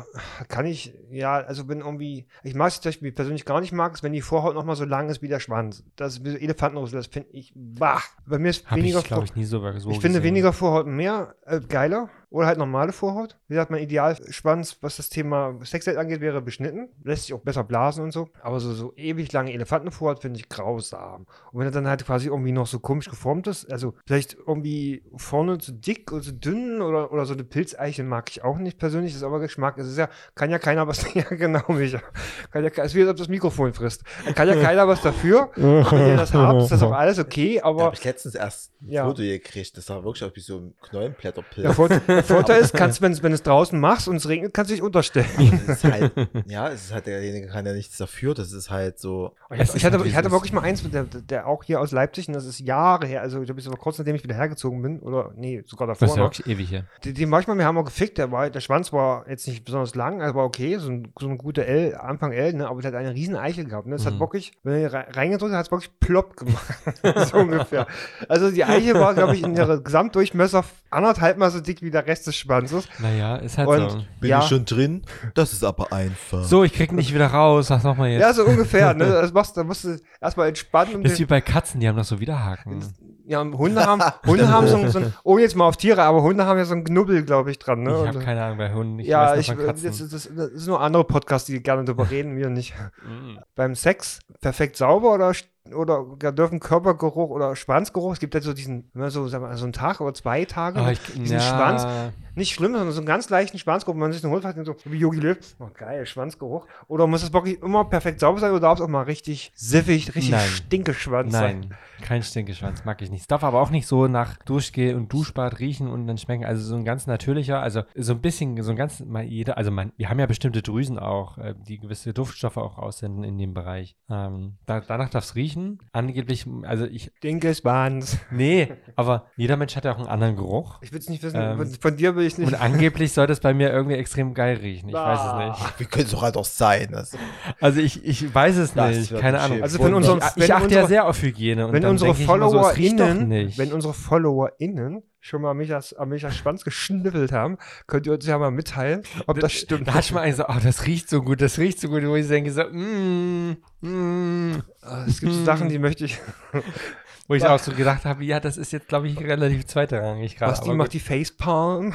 S2: kann ich, ja, also wenn irgendwie, ich mag es zum Beispiel persönlich gar nicht mag, ist, wenn die Vorhaut nochmal so lang ist wie der Schwanz. Das ist wie so Elefantenrüssel, das finde ich, bah. Bei mir ist
S1: Hab
S2: weniger
S1: ich,
S2: Vor-
S1: glaube ich, nie so so
S2: ich finde
S1: gesehen.
S2: weniger Vorhaut mehr äh, geiler oder halt normale Vorhaut. Wie gesagt, mein Idealschwanz, was das Thema Sexuell angeht, wäre beschnitten. Lässt sich auch besser blasen und so. Aber so, so ewig lange Elefantenvorhaut finde ich grausam. Und wenn er dann halt quasi irgendwie noch so komisch geformt ist, also vielleicht irgendwie vorne zu dick oder zu dünn oder, oder so eine Pilzeiche mag ich auch nicht persönlich. Das ist aber Geschmack. Es ist ja, kann ja keiner was, ja genau, Micha. Kann ja, ke- es ist wie als ob das Mikrofon frisst. Kann ja keiner was dafür. Wenn ihr das habt, ist das auch alles okay,
S3: Da
S2: aber
S3: habe ich letztens erst ein
S2: Ja.
S3: Foto gekriegt. Das sah wirklich aus wie so ein Knollenblätterpilz.
S2: Der, Vor der Vorteil ist, kannst, wenn, wenn es draußen machst und es regnet, kannst du dich unterstellen.
S3: Das ist halt, ja, es ist halt, derjenige kann ja nichts dafür. Das ist halt so.
S2: Ich,
S1: Es
S2: hatte-
S1: ist
S2: ich, hatte,
S1: natürlich
S2: ich hatte
S1: so.
S2: wirklich mal eins, der, der auch hier aus Leipzig, und das ist Jahre her, also ich glaube, es war kurz nachdem ich wieder hergezogen bin, oder nee, sogar
S1: Das ist
S2: davor
S1: ja
S2: noch.
S1: wirklich ewig hier.
S2: Den, den war ich mal, wir haben auch gefickt, der, war, der Schwanz war jetzt nicht besonders lang, aber okay, so ein, so ein guter L, Anfang L, ne, aber der hat eine riesen Eichel gehabt. Ne? Das hat
S1: Mhm.
S2: wirklich, wenn er rei- reingedrückt hat, hat es wirklich plopp gemacht, so ungefähr. Also die Eichel war, glaube ich, in ihrer Gesamtdurchmesser anderthalb Mal so dick wie der Rest des Schwanzes.
S1: Naja, ist halt
S2: Und
S1: so.
S3: Bin
S2: ja,
S3: ich schon drin? Das ist aber einfach.
S1: So, ich krieg nicht wieder raus. Was machen wir jetzt?
S2: Ja, so ungefähr. Ne? Das machst, da musst du erstmal entspannen. Um
S1: das ist wie
S2: den,
S1: bei Katzen, die haben noch so Widerhaken.
S2: ja, und Hunde haben, Hunde haben so, ein- so ein, ohne jetzt mal auf Tiere, aber Hunde haben ja so einen Knubbel, glaube ich, dran. Ne?
S1: Ich
S2: Und,
S1: habe keine Ahnung bei Hunden. Ich
S2: ja,
S1: weiß
S2: ich,
S1: nur von
S2: das,
S1: Katzen.
S2: das, das ist nur andere Podcasts, die gerne darüber reden, wir nicht.
S1: Mm.
S2: Beim Sex, perfekt sauber oder, st- oder gar dürfen Körpergeruch oder Schwanzgeruch, es gibt ja so diesen, immer so, sag mal, so einen Tag oder zwei Tage,
S1: Ah,
S2: ne?
S1: ich,
S2: diesen Schwanz, nicht schlimm, sondern so einen ganz leichten Schwanzgeruch, wenn man sich den holt, hat den so wie Yogi Löw, oh geil, Schwanzgeruch. Oder muss das wirklich immer perfekt sauber sein oder darf es auch mal richtig siffig, richtig
S1: Nein.
S2: Stinkeschwanz sein?
S1: Nein, kein Stinkeschwanz, mag ich nicht. Es darf aber auch nicht so nach Duschgel und Duschbad riechen und dann schmecken. Also so ein ganz natürlicher, also so ein bisschen, so ein ganz, mal jeder, also man, wir haben ja bestimmte Drüsen auch, äh, die gewisse Duftstoffe auch aussenden in dem Bereich. Ähm, da, danach darf es riechen. Angeblich, also ich,
S2: Denke es waren's.
S1: nee, aber jeder Mensch hat ja auch einen anderen Geruch.
S2: Ich will es nicht wissen.
S1: Ähm,
S2: von, von dir will ich nicht.
S1: Und angeblich soll das bei mir irgendwie extrem geil riechen. Ich weiß es nicht.
S3: Wie könnte es doch halt auch sein? Das,
S1: Also ich, ich weiß es
S3: Das
S1: nicht.
S3: wird
S1: Keine
S3: ein
S1: Ahnung.
S3: Schiff.
S2: Also von unserem,
S1: ich, ich
S2: wenn
S1: achte ja
S2: unsere-
S1: sehr auf Hygiene. Und
S2: wenn
S1: dann
S2: unsere
S1: denke ich immer so, es riecht doch
S2: FollowerInnen,
S1: nicht.
S2: wenn unsere FollowerInnen schon mal Michas, an Michas Schwanz geschniffelt haben, könnt ihr uns ja mal mitteilen, ob das stimmt.
S1: Da hat man eigentlich so, oh, das riecht so gut, das riecht so gut, wo ich denke so, mm, mm,
S2: Ah, es gibt so Sachen, die möchte ich.
S1: wo ich auch so gedacht habe, ja, das ist jetzt, glaube ich, relativ zweitrangig gerade.
S2: Was die
S1: aber
S2: macht,
S1: gut.
S2: die Facepalm.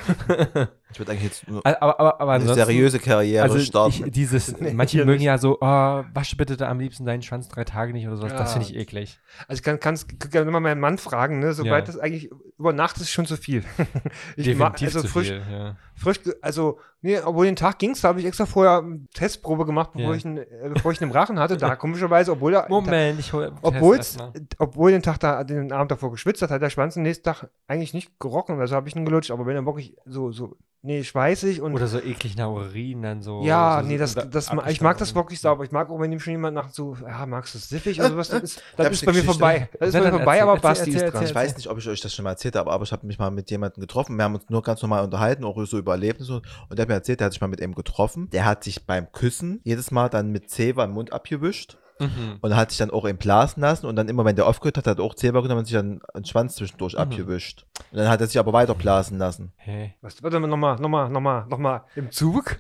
S3: ich würde eigentlich jetzt nur
S1: Aber, aber, aber
S3: eine
S1: ansonsten,
S3: seriöse Karriere
S1: also
S3: starten.
S1: ich, dieses, manche
S2: hier
S1: mögen ja so, oh, wasche bitte da am liebsten deinen Schwanz drei Tage nicht oder sowas, das
S2: Ja.
S1: finde ich eklig.
S2: Also ich kann, kann's, kann immer meinen Mann fragen, ne? Sobald
S1: Ja.
S2: das eigentlich über Nacht ist schon zu viel. ich mag
S1: Definitiv
S2: also
S1: zu
S2: frisch,
S1: viel. Ja.
S2: frisch, ge- also nee, obwohl den Tag ging's, da habe ich extra vorher eine Testprobe gemacht, bevor
S1: Ja.
S2: ich einen, äh, bevor ich einen Rachen hatte. Da komischerweise, obwohl er
S1: Moment, ich hole
S2: Obwohl's, obwohl den Tag da, den Abend davor geschwitzt hat, hat der Schwanz am nächsten Tag eigentlich nicht gerochen, also habe ich ihn gelutscht, aber wenn er wirklich so, so, nee, schweißig und
S1: Oder so eklig nach Urin dann so.
S2: ja,
S1: so, so
S2: nee, das,
S1: da-
S2: das, ma- ich mag das
S1: abgestanden.
S2: wirklich sauber. Ich mag auch, wenn dem schon jemand nach so, ja, magst du es siffig oder sowas, das ist,
S3: Da
S2: das
S3: hab
S2: ist
S3: ich
S2: bei
S3: eine
S2: mir
S3: Geschichte.
S2: vorbei. Das ist
S1: Na,
S2: bei mir
S1: dann
S2: vorbei,
S1: erzähl,
S2: aber
S1: erzähl,
S2: Basti
S1: erzähl,
S2: ist dran.
S1: erzähl.
S3: Also Ich weiß nicht, ob ich euch das schon mal erzählt habe, aber ich habe mich mal mit jemandem getroffen. Wir haben uns nur ganz normal unterhalten, auch so über Erlebnisse. Und und der hat mir erzählt, der hat sich mal mit ihm getroffen. Der hat sich beim Küssen jedes Mal dann mit Zewa den Mund abgewischt
S1: Mhm.
S3: und hat sich dann auch eben blasen lassen. Und dann immer, wenn der aufgehört hat, hat er auch Zewa genommen und sich dann einen Schwanz
S1: Mhm.
S3: zwischendurch abgewischt. Und dann hat er sich aber weiter blasen lassen.
S1: Hey.
S2: Was, warte mal, nochmal, nochmal, nochmal, nochmal. Im Zug?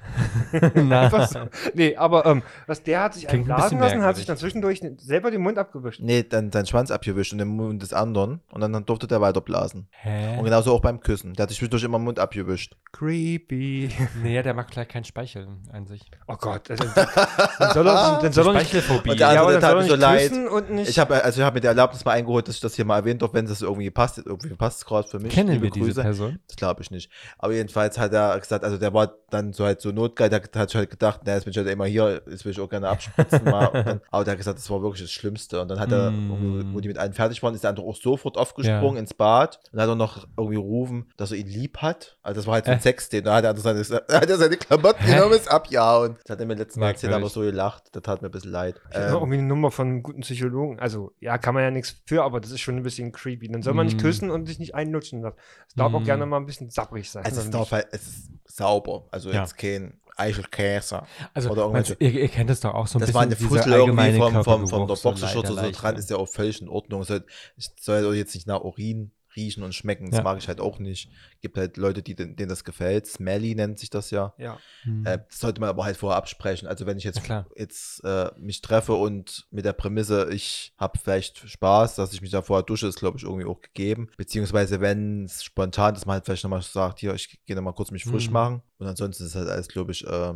S1: Na,
S2: Was? nee, aber ähm, was, der hat sich
S1: Klingt ein
S2: einblasen
S1: bisschen
S2: lassen, hat sich
S1: merkwürdig.
S2: dann zwischendurch selber den Mund abgewischt.
S3: Nee, dann seinen Schwanz abgewischt und den Mund des anderen. Und dann durfte der weiter blasen. Und
S1: hä?
S3: genauso auch beim Küssen. Der hat sich zwischendurch immer den Mund abgewischt.
S2: Creepy.
S1: Nee, der mag gleich keinen Speichel an sich.
S2: Oh Gott, also, dann soll er, dann soll er nicht,
S1: Speichelphobie.
S3: Und also der
S2: ja,
S3: andere
S2: aber dann
S3: tat
S2: soll
S3: mir
S2: er
S3: so
S2: nicht
S3: leid.
S2: küssen und nicht
S3: Ich habe also ich habe mir die Erlaubnis mal eingeholt, dass ich das hier mal erwähnt habe, wenn das irgendwie passt. Irgendwie passt es gerade für mich.
S1: Kennen
S3: Liebe
S1: wir diese Person?
S3: Das glaube ich nicht. Aber jedenfalls hat er gesagt, also der war dann so halt so notgeil, der hat sich halt gedacht, na, jetzt bin ich halt immer hier, jetzt will ich auch gerne abspritzen mal. Und dann, aber der hat gesagt, das war wirklich das Schlimmste. Und dann hat er,
S1: Mm.
S3: irgendwie, wo die mit einem fertig waren, ist der andere auch sofort aufgesprungen ins Bad und hat auch noch irgendwie gerufen, dass er ihn lieb hat. Also das war halt so ein
S1: Äh.
S3: Sexdate. Da hat er andere seine, da hat er seine Klamotten
S1: Hä?
S3: genommen, ist abgehauen. Das hat er mir letztes Mal erzählt, aber
S1: Merkwürdig.
S3: so gelacht. Das tat mir ein bisschen leid. Ähm,
S2: Ich hab noch irgendwie eine Nummer von einem guten Psychologen. Also, ja, kann man ja nichts für, aber das ist schon ein bisschen creepy. Dann soll man nicht
S3: Mhm.
S1: Mm.
S2: küssen und sich nicht einlutschen. lassen. Es darf auch
S1: Mm.
S2: gerne mal ein bisschen sabbrig sein.
S3: Also es ist,
S2: Dann-
S3: auf, es ist sauber. Also
S1: Ja.
S3: jetzt kein Eichelkäse.
S1: Also,
S3: Oder irgendwelche-
S1: meinst, du, ihr, ihr kennt das doch auch so ein
S3: Das
S1: bisschen.
S3: war eine
S1: dieser
S3: Fussel irgendwie
S1: allgemeine
S3: vom, vom, vom der
S1: Körpergeruch, so
S3: Boxershorts oder so
S1: leicht,
S3: dran,
S1: ja.
S3: ist ja auch völlig in Ordnung. Es soll, es soll halt jetzt nicht nach Urin riechen und schmecken. Das
S1: Ja.
S3: mag ich halt auch nicht. Gibt halt Leute, die, den- denen das gefällt. Smelly nennt sich das ja.
S2: ja.
S1: Hm.
S3: Äh, das sollte man aber halt vorher absprechen. Also wenn ich jetzt,
S1: Na klar.
S3: jetzt äh, mich treffe und mit der Prämisse, ich habe vielleicht Spaß, dass ich mich da vorher dusche, ist glaube ich irgendwie auch gegeben. Beziehungsweise wenn es spontan ist, man halt vielleicht nochmal sagt, hier, ich gehe nochmal kurz mich frisch
S1: Mhm.
S3: machen. Und ansonsten ist halt alles, glaube ich, äh,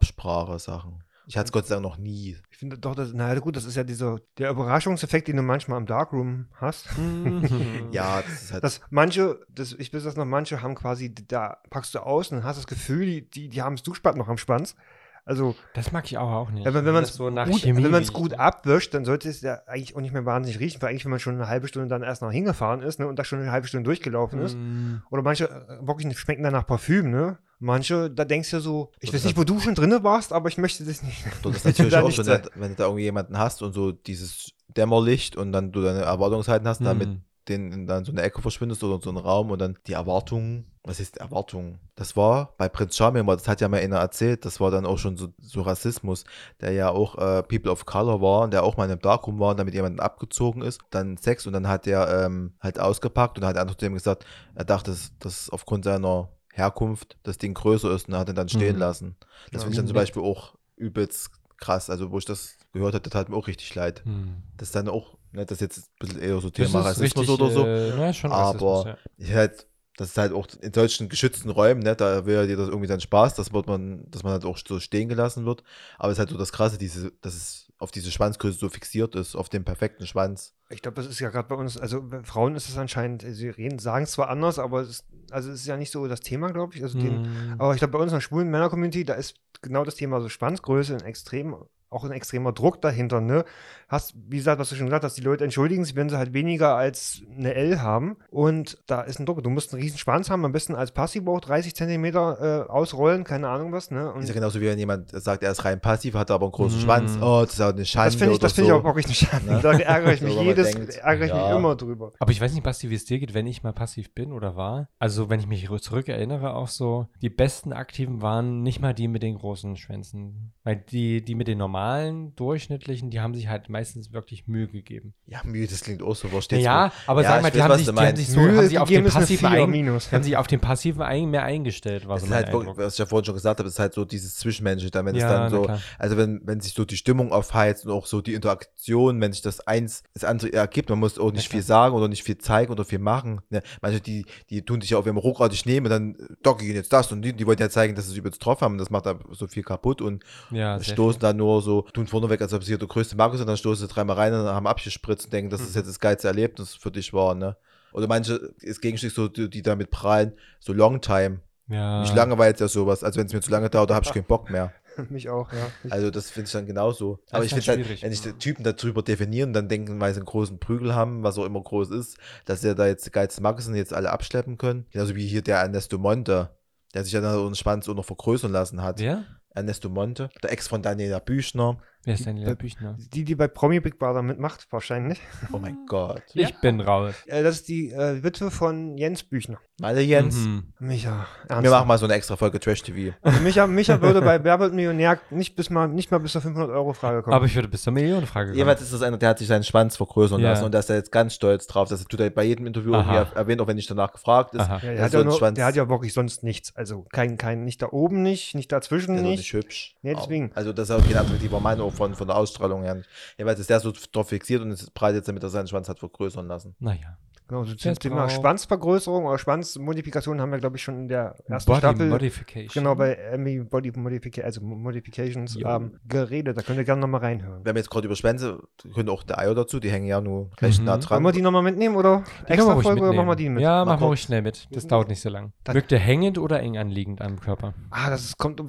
S3: Absprache-Sachen. Ich hatte es Gott sei Dank noch nie.
S2: Ich finde doch, das, naja, gut, das ist ja dieser, der Überraschungseffekt, den du manchmal im Darkroom hast.
S1: Hm.
S3: Ja, das ist halt.
S2: Dass manche, das, ich weiß das noch, manche haben quasi, da packst du aus und hast das Gefühl, die, die, die haben das Duschbad noch am Schwanz. Also,
S1: das mag ich auch, auch nicht.
S2: Ja, wenn- wenn man's
S1: das so nach
S2: gut,
S1: Chemie
S2: wenn man es
S1: riecht.
S2: gut abwischt, dann sollte es ja eigentlich auch nicht mehr wahnsinnig riechen, weil eigentlich, wenn man schon eine halbe Stunde dann erst noch hingefahren ist ne, und da schon eine halbe Stunde durchgelaufen
S3: Mhm.
S2: ist,
S1: Hm.
S2: Oder manche äh, wirklich schmecken dann nach Parfüm, ne? Manche, da denkst du so, ich
S3: Das
S2: weiß nicht, wo du schon drinne warst, aber ich möchte das nicht.
S3: Du, das ist natürlich
S2: Da
S3: auch
S2: nicht
S3: schon,
S2: sein.
S3: wenn du da irgendwie jemanden hast und so dieses Dämmerlicht und dann du deine Erwartungshalten hast, damit
S1: Hm.
S3: den dann so eine Ecke verschwindest oder so einen Raum und dann die Erwartungen. Was ist Erwartungen? Das war bei Prinz Charming, war- das hat ja mal einer erzählt, das war dann auch schon so, so Rassismus, der ja auch äh, People of Color war und der auch mal in einem Darkroom war und damit jemanden abgezogen ist, dann Sex und dann hat der ähm, halt ausgepackt und hat einfach dem gesagt, er dachte, dass, dass aufgrund seiner Herkunft das Ding größer ist und hat ihn dann stehen
S1: Mhm.
S3: lassen. Das
S2: Ja,
S3: finde ich dann zum
S2: mit-
S3: Beispiel auch übelst krass. Also, wo ich das gehört habe, das tat mir auch richtig leid.
S1: Hm.
S3: Das ist dann auch, ne, das ist jetzt ein bisschen eher so
S1: Das
S3: Thema
S1: ist
S3: Rassismus
S1: richtig,
S3: oder so.
S1: Äh, na, schon Rassismus,
S3: aber
S1: ja.
S3: ich halt, das ist halt auch in solchen geschützten Räumen, ne, da will ja dir das irgendwie dann Spaß, dass wird man, dass man halt auch so stehen gelassen wird. Aber es ist halt so das Krasse, diese, dass es auf diese Schwanzgröße so fixiert ist, auf den perfekten Schwanz.
S2: Ich glaube, das ist ja gerade bei uns, also bei Frauen ist es anscheinend, äh, sie reden, sagen es zwar anders, aber es, ist- also es ist ja nicht so das Thema, glaube
S3: Mhm.
S2: ich. Also den,
S1: Hm.
S2: aber ich glaube, bei uns in der schwulen Männer-Community, da ist genau das Thema so Schwanzgröße ein extrem auch ein extremer Druck dahinter, ne? Hast, wie gesagt, was du schon gesagt hast, die Leute entschuldigen sich, wenn sie halt weniger als eine L haben. Und da ist ein Druck. Du musst einen riesen Schwanz haben, am besten als Passivboot 30 Zentimeter äh, ausrollen, keine Ahnung was, ne? Und
S3: Ist ja genauso wie wenn jemand sagt, er ist rein passiv, hat aber einen großen Schwanz. Oh, das ist auch eine Schande.
S2: das finde ich,
S3: oder
S2: das finde
S3: so.
S2: ich auch wirklich nicht schade.
S3: Ne?
S2: Da ärgere ich
S3: So,
S2: mich
S3: wenn man
S2: jedes,
S3: denkt,
S2: ärgere ich mich
S3: ja.
S2: immer drüber.
S1: Aber ich weiß nicht, Basti, wie es dir geht, wenn ich mal passiv bin oder war. Also, wenn ich mich zurückerinnere, auch so, die besten Aktiven waren nicht mal die mit den großen Schwänzen. Weil die, die mit den normalen, durchschnittlichen, die haben sich halt meistens wirklich Mühe gegeben.
S3: Ja, Mühe, das klingt auch so. Wo steht's
S1: ja,
S3: wohl?
S1: aber
S3: Ja,
S1: sag mal,
S3: ich
S1: die
S3: weiß,
S1: haben,
S3: was
S1: sich,
S3: du
S1: die haben
S3: meinst.
S1: sich so, haben sich auf
S2: gegeben
S1: den
S2: ist eine
S1: passiven,
S2: Vier
S1: ein,
S2: minus.
S1: haben sich auf den passiven ein, mehr eingestellt, war
S3: Das
S1: so
S3: ist
S1: mein
S3: halt wirklich,
S1: Eindruck.
S3: was ich ja vorhin schon gesagt habe, das ist halt so dieses Zwischenmenschliche, dann, wenn
S1: Ja,
S3: es dann
S1: na
S3: so,
S1: klar.
S3: also wenn, wenn sich so die Stimmung aufheizt und auch so die Interaktion, wenn sich das eins das andere ergibt, man muss auch nicht viel sagen oder nicht viel zeigen oder viel machen. Ne? Manche, die, die tun sich ja auf ihrem Ruckrad, ich nehme, dann docke ich ihnen jetzt das und die, die wollten ja zeigen, dass sie es übelst drauf haben, das macht da so viel kaputt und
S1: Ja, sehr
S3: stoßen dann nur so, tun vorne weg, als ob sie hier der größte Markus sind, dann stoßen sie dreimal rein und haben abgespritzt und denken, das
S1: Mhm.
S3: ist jetzt das geilste Erlebnis für dich war, ne? Oder manche ist Gegenstück so, die, die damit prallen, so Longtime.
S1: ja.
S3: Mich langweilt ja sowas. Also wenn es mir zu lange dauert, da habe ich keinen Bock mehr.
S2: mich auch, ja. Ich,
S3: Also das finde ich dann genauso. Aber
S1: ist
S3: ich
S1: halt
S3: finde halt,
S1: schwierig.
S3: wenn ich die Typen darüber definieren, dann denken, weil sie einen großen Prügel haben, was auch immer groß ist, dass sie da jetzt geilste Magazin jetzt alle abschleppen können. Genauso wie hier der Ernesto Monte, der sich ja dann so einen Schwanz auch noch vergrößern lassen hat.
S1: Wer?
S3: Ernesto Monte, der Ex von Daniela Büchner.
S1: Wer ist denn Lea
S2: Äh,
S1: Büchner?
S2: die, die bei Promi Big Brother mitmacht, wahrscheinlich.
S3: Oh mein
S1: Ah.
S3: Gott.
S2: Ja.
S1: Ich bin raus.
S2: Äh, das ist die äh, Witwe von Jens Büchner.
S3: Meine Jens.
S1: Mhm.
S2: Micha,
S3: Wir machen mal so eine extra Folge Trash TV.
S2: Micha, Micha würde bei Wer wird Millionär nicht, bis mal, nicht mal bis zur 500-Euro-Frage kommen.
S1: Aber ich würde bis zur Millionenfrage kommen.
S3: Jedenfalls ist das einer, der hat sich seinen Schwanz vergrößern
S1: Ja.
S3: lassen und da ist er jetzt ganz stolz drauf. Das tut er bei jedem Interview
S1: Aha.
S3: irgendwie erwähnt, auch wenn ich danach gefragt ist.
S1: Aha.
S2: ja,
S3: Ja,
S2: der, hat
S3: so
S2: ja
S3: ein
S2: nur,
S3: Schwanz.
S2: der hat ja wirklich sonst nichts. Also kein, kein, nicht da oben nicht, nicht dazwischen
S3: Der ist auch
S2: nicht.
S3: nicht hübsch.
S2: Nee, deswegen.
S3: Also das ist auch kein attraktiver Mann, auch von, von der Ausstrahlung her nicht. Jedenfalls ist der so drauf fixiert und es prallt jetzt damit, dass er seinen Schwanz hat vergrößern lassen.
S1: Naja.
S2: Genau, so
S1: Der
S2: zum
S1: ist
S2: Thema
S1: drauf.
S2: Schwanzvergrößerung oder Schwanzmodifikation haben wir, glaube ich, schon in der ersten
S1: Body
S2: Staffel.
S1: Modification.
S2: Genau, bei Emmy Body Modification, also Modifications
S1: Jo.
S2: ähm, geredet. Da könnt ihr gerne nochmal reinhören.
S3: Wenn wir jetzt gerade über Schwänze, können auch der Eier dazu, die hängen ja nur
S1: Mhm.
S3: recht nah dran.
S2: Wollen wir die nochmal mitnehmen oder
S1: Die können wir ruhig
S2: oder
S1: mitnehmen.
S2: machen wir die mit?
S1: Ja,
S3: Mal
S1: machen wir ruhig
S3: kurz.
S1: schnell mit. Das dauert nicht so lang.
S2: Dann-
S1: Wirkt der hängend oder eng anliegend am Körper?
S2: Ah, das ist, kommt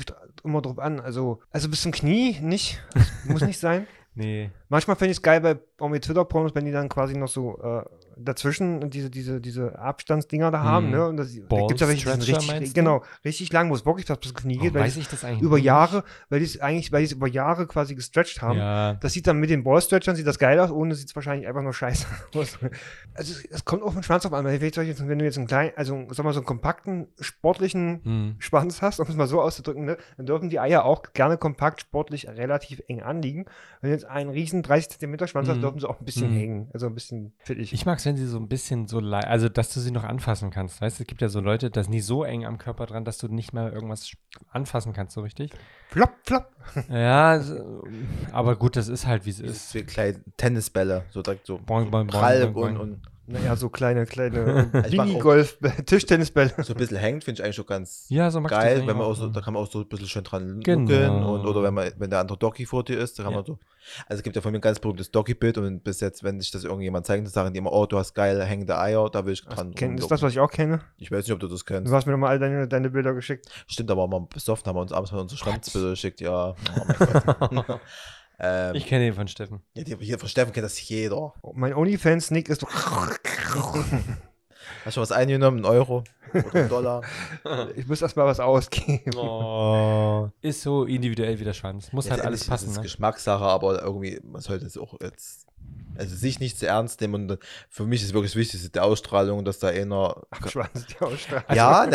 S2: immer drauf an. Also, also bis zum Knie nicht. Muss nicht sein.
S1: Nee.
S2: Manchmal finde ich es geil bei irgendwie Twitter-Pornos, wenn die dann quasi noch so äh, dazwischen diese, diese, diese Abstandsdinger da haben,
S1: Mhm.
S2: ne? Und das, da
S1: Ball
S2: gibt es ja welche, die
S1: Stretcher,
S2: sind richtig,
S1: meinst du?
S2: genau, richtig lang, wo es wirklich fast bis zum Knie geht, weil
S1: Oh, weiß
S2: die
S1: ich das eigentlich?
S2: über
S1: nicht?
S2: Jahre, weil die es eigentlich, weil die es über Jahre quasi gestretched haben.
S1: Ja.
S2: Das sieht dann mit den Ballstretchern, sieht das geil aus, ohne sieht es wahrscheinlich einfach nur scheiße aus. Also es- es kommt auch von Schwanz auf an, weil vielleicht soll ich jetzt, wenn du jetzt einen kleinen, also sag mal so einen kompakten, sportlichen
S1: Hm.
S2: Schwanz hast, um es mal so auszudrücken, ne, dann dürfen die Eier auch gerne kompakt, sportlich relativ eng anliegen. Wenn du jetzt einen riesen 30 cm Schwanz hast,
S1: Mhm.
S2: dürfen sie auch ein bisschen
S1: Mhm.
S2: hängen. Also ein bisschen fittig.
S1: Ich mag es, wenn sie so ein bisschen so leicht, also dass du sie noch anfassen kannst. Weißt du, es gibt ja so Leute, das ist nie so eng am Körper dran, dass du nicht mal irgendwas sch- anfassen kannst, so richtig.
S2: flop, flop.
S1: ja, so, aber gut, das ist halt, wie es
S3: Das ist
S1: ist.
S3: wie kleine Tennisbälle, so direkt so
S1: Boing, boing, boing,
S3: prall
S1: boing, boing.
S3: und, und
S2: Naja, so kleine, kleine
S3: Ich mag auch-
S2: Minigolf, Tischtennisbälle.
S3: so ein bisschen hängt, finde ich eigentlich auch ganz
S1: Ja, so mag ich das
S3: geil,
S1: eigentlich
S3: wenn man auch so,
S1: ne?
S3: da kann man auch so ein bisschen schön dran
S1: Genau.
S3: nuckeln und oder wenn man, wenn der andere Doki vor dir ist, da kann
S1: Ja.
S3: man so. Also es gibt ja von mir ein ganz berühmtes Doki-Bild und bis jetzt, wenn sich das irgendjemand zeigt, dann sagen die immer, oh, du hast geil hängende Eier, da will ich dran
S2: Kennt, ist
S3: rumdocken.
S2: das, was ich auch kenne?
S3: Ich weiß nicht, ob du das
S2: Du
S3: kennst.
S2: hast mir doch mal all deine, deine Bilder geschickt.
S3: Stimmt, aber mal besoffen haben wir uns abends mal unsere Schwanzbilder geschickt, ja. Oh mein Gott. ähm,
S1: Ich kenne den von Steffen.
S3: ja, die- hier von Steffen kennt das jeder.
S2: Oh, Mein OnlyFans-Nick ist so.
S3: Hast du was eingenommen? Einen Euro oder einen Dollar?
S2: Ich muss erst mal was ausgeben. um Oh.
S1: Ist so individuell wie der Schwanz. Muss halt
S3: Letztendlich
S1: alles
S3: ist
S1: passen.
S3: es
S1: Ne?
S3: Geschmackssache, aber irgendwie, man sollte es auch jetzt, also sich nicht zu ernst nehmen und für mich ist wirklich wichtig, die Ausstrahlung, dass da einer.
S2: Schwanz, die Ausstrahlung.
S3: ja,
S1: Also,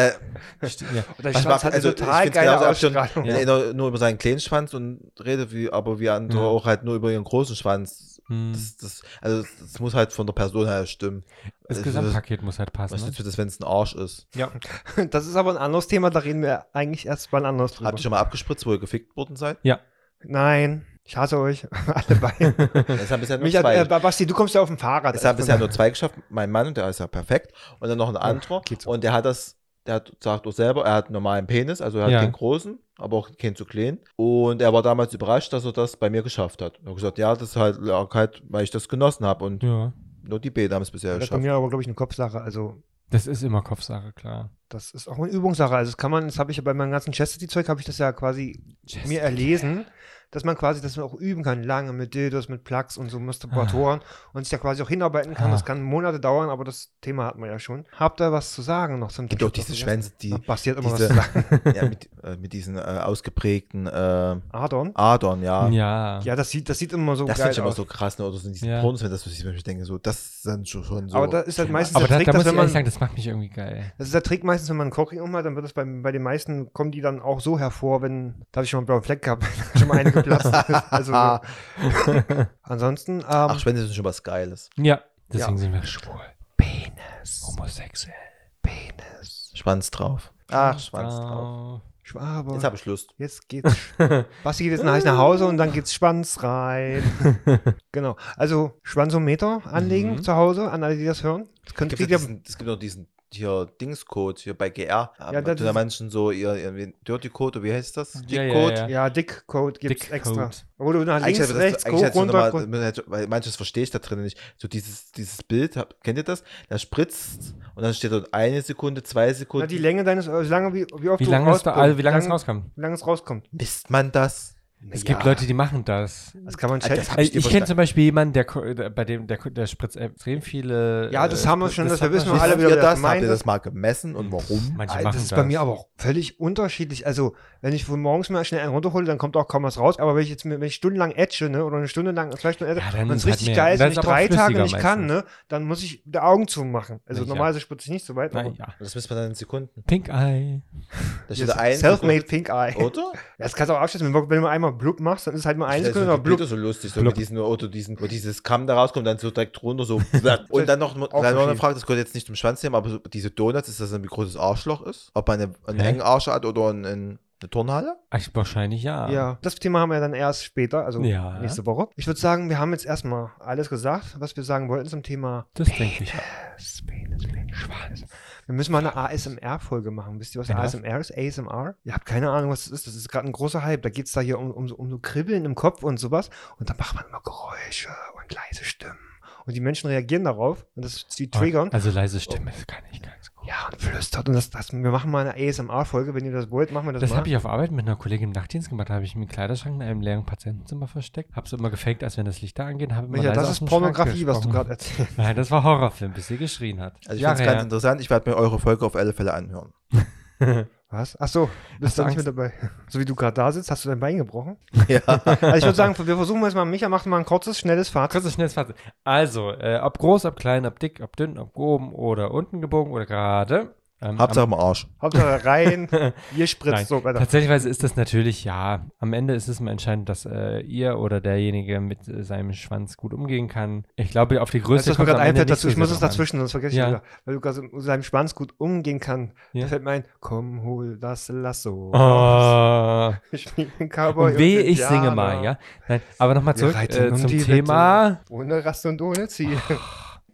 S3: ne,
S1: Stimmt, ja.
S2: Und der
S3: ich mag,
S2: Schwanz hat
S3: also
S2: eine total
S3: ich finde
S2: geile
S3: es schon,
S2: Ausstrahlung.
S3: wenn einer nur über seinen kleinen Schwanz und redet, wie, aber wie andere
S1: Ja.
S3: auch halt nur über ihren großen Schwanz.
S1: Hm.
S3: Das, das, also das, das muss halt von der Person her stimmen.
S1: Das
S3: Also,
S1: Gesamtpaket muss halt
S3: Was
S1: passen.
S3: nützt
S1: Ne?
S3: mir das, wenn es ein Arsch ist?
S1: Ja.
S2: Das ist aber ein anderes Thema, da reden wir eigentlich erst mal anders drüber.
S3: Habt ihr schon mal abgespritzt, wo ihr gefickt worden seid?
S2: Nein, ich hasse euch. Alle beide.
S3: Es haben bisher nur
S2: Mich hat,
S3: zwei.
S2: äh, Basti, du kommst ja auf dem Fahrrad.
S3: es haben
S2: Also
S3: bisher
S2: von
S3: nur zwei geschafft. Mein Mann, und der ist ja perfekt. Und dann noch ein anderer.
S2: geht so.
S3: und der hat das, der hat, sagt auch selber, er hat einen normalen Penis, also er hat
S1: Ja.
S3: keinen großen, aber auch keinen zu kleinen. Und er war damals überrascht, dass er das bei mir geschafft hat. Er hat gesagt, ja, das ist halt, lag halt weil ich das genossen habe. Und
S1: ja.
S3: nur die Bäder haben es bisher
S2: daher. das ist bei
S3: geschafft.
S2: mir aber, glaube ich, eine Kopfsache. Also,
S1: Das ist immer Kopfsache, klar.
S2: das ist auch eine Übungssache. Also, das kann man, das habe ich ja bei meinem ganzen Chastity-Zeug, habe ich das ja quasi mir erlesen. dass man quasi das auch üben kann, lange mit Dildos, mit Plugs und so Masturbatoren
S3: Ah.
S2: und sich da quasi auch hinarbeiten kann.
S1: Ah.
S2: Das kann Monate dauern, aber das Thema hat man ja schon. Habt ihr was zu sagen noch zum
S3: Gibt auch diese Schwänze, die
S2: Da passiert immer was
S3: diese-
S2: zu sagen.
S3: ja, mit, äh, mit diesen äh, ausgeprägten äh,
S2: Adon?
S3: Adern, ja.
S1: Ja.
S2: Ja, das sieht, das sieht immer so
S3: Das
S2: geil
S3: finde ich immer
S2: aus.
S3: so krass, ne? oder so in diesen
S1: Ja.
S3: Pornos, wenn das so sieht, wenn ich denke, so, das sind schon, schon so.
S2: Aber da ist halt meistens
S1: Aber
S2: der
S1: da,
S2: Trick,
S1: da muss
S2: dass
S1: ich
S2: wenn
S1: ehrlich
S2: man
S1: sagen, das macht mich irgendwie geil.
S2: Das ist der Trick meistens, wenn man einen Kochring umhat, dann wird das bei, bei den meisten, kommen die dann auch so hervor, wenn, da habe ich schon mal einen blauen Fleck gehabt, wenn schon mal eine geplatzt ist. Also, ansonsten, ähm,
S3: Ach, Schwänze sind schon was Geiles.
S1: Ja. Deswegen sind wir schwul. Penis. Homosexuell.
S3: Schwanz drauf. Ach, Schwanz drauf.
S1: Oh.
S2: Schwabe,
S3: Jetzt habe ich Lust.
S2: jetzt geht's, Basti geht jetzt nach, nach Hause und dann geht's Schwanz rein. genau, also Schwanzometer anlegen
S1: Mhm.
S2: zu Hause, an alle, die das hören. Das
S3: Es
S2: könnt
S3: gibt,
S2: ihr,
S3: ja diesen, es gibt noch diesen hier Dingscode hier bei Äh, GR. Ja,
S2: das
S3: da
S2: ist-
S3: manchen so ihr, ihr Dirty Code, oder wie heißt das?
S1: Ja, ja,
S3: Dickcode.
S1: ja.
S2: ja, Dickcode gibt's
S1: Dickcode.
S2: extra. Wo du nach links,
S3: Eigentlich hätte das- ähm,
S2: rechts,
S3: eigentlich
S2: hoch,
S3: hätte ich
S2: runter,
S3: noch mal- hätte- weil manches verstehe ich da drin nicht. So dieses, dieses Bild, hab- kennt ihr das? Da spritzt und dann steht dort eine Sekunde, zwei
S2: na,
S3: Sekunden.
S2: die Länge deines, äh, so lange wie, wie oft
S1: Wie
S2: du
S1: lange, ist da,
S2: rauskommst.
S1: also, wie lange es
S2: Lang-
S1: rauskam?
S2: Wie lange es rauskommt.
S3: Misst man das?
S1: Es gibt Leute, die machen das.
S2: Das kann man
S3: Alter,
S2: schätzen.
S3: das hab
S1: Äh,
S3: ich dir
S1: Ich kenne
S3: verstanden.
S1: zum Beispiel jemanden, der, ko- der- bei dem der, ko- der spritzt extrem viele.
S2: Ja, das
S1: äh,
S2: haben wir schon, das ne? wir
S1: hat man
S2: wissen
S1: schon.
S2: wir alle
S3: Wisst
S2: wieder,
S3: ihr
S2: wer
S3: das?
S2: gemeint
S3: Habt ihr
S2: ist.
S3: das mal gemessen und warum?
S1: Manche
S2: Alter,
S1: machen
S2: das
S1: das.
S2: ist bei mir aber auch völlig unterschiedlich. Also, wenn ich von morgens mal schnell einen runterhole, dann kommt auch kaum was raus. Aber wenn ich jetzt mir- wenn ich stundenlang ätsche, ne, oder eine Stunde lang, zwei Stunden ätsche,
S1: Ja, dann
S2: Also, wenn es
S1: ist halt
S2: richtig
S1: mehr.
S2: geil ist,
S1: Dann
S2: wenn
S1: ist
S2: ich
S1: aber auch
S2: drei Tage
S1: flüssiger
S2: nicht kann, ne, dann muss ich die Augen zumachen. Also
S1: Ja.
S2: normalerweise spritze ich nicht ne? so weit.
S1: Na,
S2: aber
S1: ja.
S3: Das misst man dann in Sekunden.
S1: Pink Eye.
S3: Da
S2: Yes,
S3: steht da eine
S2: Self-made Pink Eye.
S3: Sekunde. Oder?
S2: Das kannst du auch abschätzen. Wenn wenn du einmal blub machst, dann ist es halt nur eine
S3: Oh. Das
S2: Sekunde
S3: also sind
S2: oder
S3: die Bilder
S2: blub.
S3: so lustig, so
S1: Blub.
S3: mit diesen, oder diesen, wo dieses Kamm da rauskommt, dann so direkt runter, so und dann noch dann noch eine
S2: Aufgeschrieben.
S3: Frage, das gehört jetzt nicht zum Schwanz nehmen, aber so, diese Donuts, ist das ein wie großes Arschloch ist? Ob man eine, einen
S1: Hä?
S3: engen Arsch hat oder einen, einen, eine Turnhalle?
S1: Ach, wahrscheinlich
S3: Ah.
S1: ja.
S2: Ja, das Thema haben wir dann erst später, also
S1: Ja.
S2: nächste Woche. Ich würde sagen, wir haben jetzt erstmal alles gesagt, was wir sagen wollten zum Thema
S1: Das denke ich.
S2: Wir müssen mal eine ASMR-Folge machen. Wisst ihr, was
S1: Eine was?
S2: ASMR ist? ASMR? Ihr habt keine Ahnung, was das ist. Das ist gerade ein großer Hype. Da geht es da hier um, um, so- um so Kribbeln im Kopf und sowas. Und dann macht man immer Geräusche und leise Stimmen. Und die Menschen reagieren darauf. Und das die triggern.
S1: Also leise Stimme, das kann ich ganz gut.
S2: Ja, und flüstert. Und das, das, wir machen mal eine ASMR-Folge. Wenn ihr das wollt, machen wir das,
S1: Das
S2: mal.
S1: habe ich auf Arbeit mit einer Kollegin im Nachtdienst gemacht. Da habe ich mir einen Kleiderschrank in einem leeren Patientenzimmer versteckt. Habe es immer gefaked, als wenn das Licht da angeht. Habe immer
S2: Michael,
S1: leise
S2: das
S1: aus
S2: ist
S1: dem Schrank
S2: Pornografie, was du
S1: gesprochen.
S2: gerade erzählst.
S1: Nein, das war Horrorfilm, bis sie geschrien hat.
S3: Also ich
S1: Jahre
S3: find's ganz
S1: her.
S3: interessant, ich werde mir eure Folge auf alle Fälle anhören.
S2: Was? Ach so,
S1: Hast
S2: bist
S1: du
S2: du nicht mit dabei. So wie du gerade da sitzt, hast du dein Bein gebrochen?
S3: ja.
S2: Also ich würde sagen, wir versuchen jetzt mal, Micha macht mal ein kurzes, schnelles Fazit.
S1: Kurzes, schnelles Fazit. Also, äh, ob groß, ob klein, ob dick, ob dünn, ob oben oder unten gebogen oder gerade. Ähm,
S3: Hauptsache im Arsch.
S2: Hauptsache rein, ihr spritzt
S1: Nein,
S2: so. Weiter.
S1: Tatsächlich ist das natürlich, ja, am Ende ist es mal entscheidend, dass äh, ihr oder derjenige mit äh, seinem Schwanz gut umgehen kann. Ich glaube, auf die
S2: Weißt
S1: Größe
S2: du, was mir
S1: kommt's
S2: gerade
S1: am Ende
S2: einfällt,
S1: nicht
S2: dazu,
S1: so
S2: ich muss
S1: sehr
S2: es
S1: drauf an.
S2: dazwischen, sonst vergesse ich
S1: Ja.
S2: wieder. Weil Lukas mit seinem Schwanz gut umgehen kann.
S1: Ja.
S2: Da fällt mir ein, komm, hol das Lasso.
S1: Oh,
S2: Ich spiele einen Cowboy.
S1: und weh,
S2: einen
S1: ich singe
S2: Indianer.
S1: mal, ja. Nein, aber nochmal
S2: ne? Wir
S1: zurück
S2: reiten
S1: äh,
S2: um
S1: zum
S2: die
S1: Thema.
S2: Ohne Rast und ohne Ziel.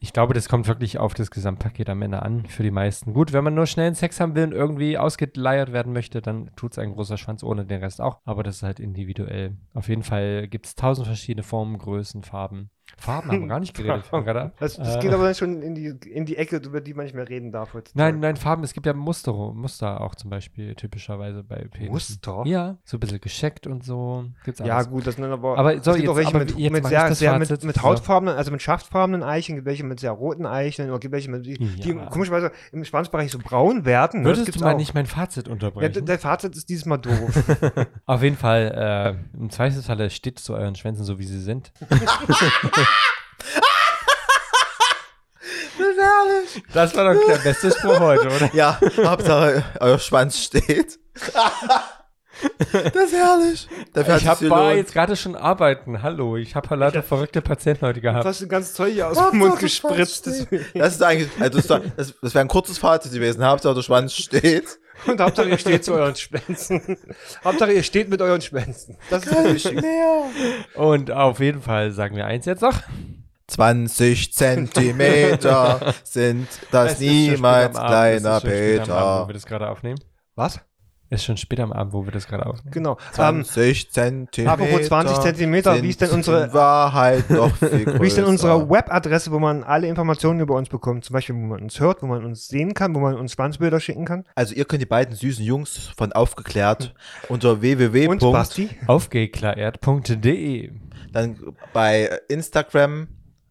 S1: Ich glaube, das kommt wirklich auf das Gesamtpaket am Ende an, für die meisten. Gut, wenn man nur schnellen Sex haben will und irgendwie ausgeleiert werden möchte, dann tut es ein großer Schwanz ohne den Rest auch. Aber das ist halt individuell. Auf jeden Fall gibt es tausend verschiedene Formen, Größen, Farben. Farben haben wir gar nicht geredet. fällt mir gerade ein.
S2: Das, das
S1: Äh.
S2: geht aber dann schon in die, in die Ecke, über die man nicht mehr reden darf heute.
S1: Nein, nein, Farben. Es gibt ja Muster, Muster auch zum Beispiel typischerweise bei Penissen.
S2: Muster?
S1: Ja, so ein bisschen gescheckt und so. Gibt's
S2: Ja,
S1: alles.
S2: gut, das sind dann aber.
S1: Aber so,
S2: es gibt
S1: jetzt-
S2: auch welche
S1: aber
S2: mit,
S1: jetzt
S2: mit
S1: mach ich
S2: sehr,
S1: das
S2: sehr mit,
S1: Fazit.
S2: mit
S1: So.
S2: hautfarbenen, also mit schaftfarbenen Eichen, gibt welche mit sehr roten Eichen, oder gibt welche mit, die, die
S1: Ja.
S2: komischerweise im Schwanzbereich so braun werden. ne? Das
S1: Würdest
S2: gibt's
S1: du mal
S2: auch.
S1: nicht mein Fazit
S2: Ja,
S1: unterbrechen?
S2: d- der Fazit ist dieses Mal doof.
S1: Auf jeden Fall, äh, im Zweifelsfalle steht zu euren Schwänzen so, wie sie sind. Das war doch der beste Spruch heute, oder?
S3: Ja, Hauptsache äh, euer Schwanz steht. das ist herrlich. Dafür
S1: ich
S3: hat's
S1: hab,
S3: sich
S1: war
S3: gelohnt.
S1: jetzt gerade schon arbeiten. Hallo, ich habe lauter verrückte Patienten heute
S2: Du
S1: gehabt.
S2: hast ein ganz Zeug hier aus dem Mund gespritzt.
S3: Das ist eigentlich, also das, war- das, das wäre ein kurzes Fazit gewesen. Hauptsache der Schwanz steht.
S2: Und Hauptsache, ihr steht zu euren Schwänzen. Hauptsache, ihr steht mit euren Schwänzen. Das ist wichtig.
S1: Und auf jeden Fall sagen wir eins jetzt noch.
S3: 20 Zentimeter sind das
S1: Es ist schon spät am
S3: niemals
S1: Abend,
S3: kleiner
S1: es ist schon spät am Abend,
S3: Peter.
S1: wo wir das gerade aufnehmen.
S2: Was?
S1: Ist schon spät am Abend, wo wir das gerade aufnehmen.
S2: Genau. Ähm,
S3: 20 Zentimeter.
S2: apropos 20 Zentimeter, wie ist denn
S3: sind
S2: unsere-
S3: In Wahrheit doch viel größer.
S2: Wie ist denn unsere Webadresse, wo man alle Informationen über uns bekommt? Zum Beispiel, wo man uns hört, wo man uns sehen kann, wo man uns Schwanzbilder schicken kann.
S3: Also ihr könnt die beiden süßen Jungs von aufgeklärt unter
S1: E.
S2: Und
S3: www.
S2: Basti.
S1: Aufgeklärt.de
S3: Dann bei Instagram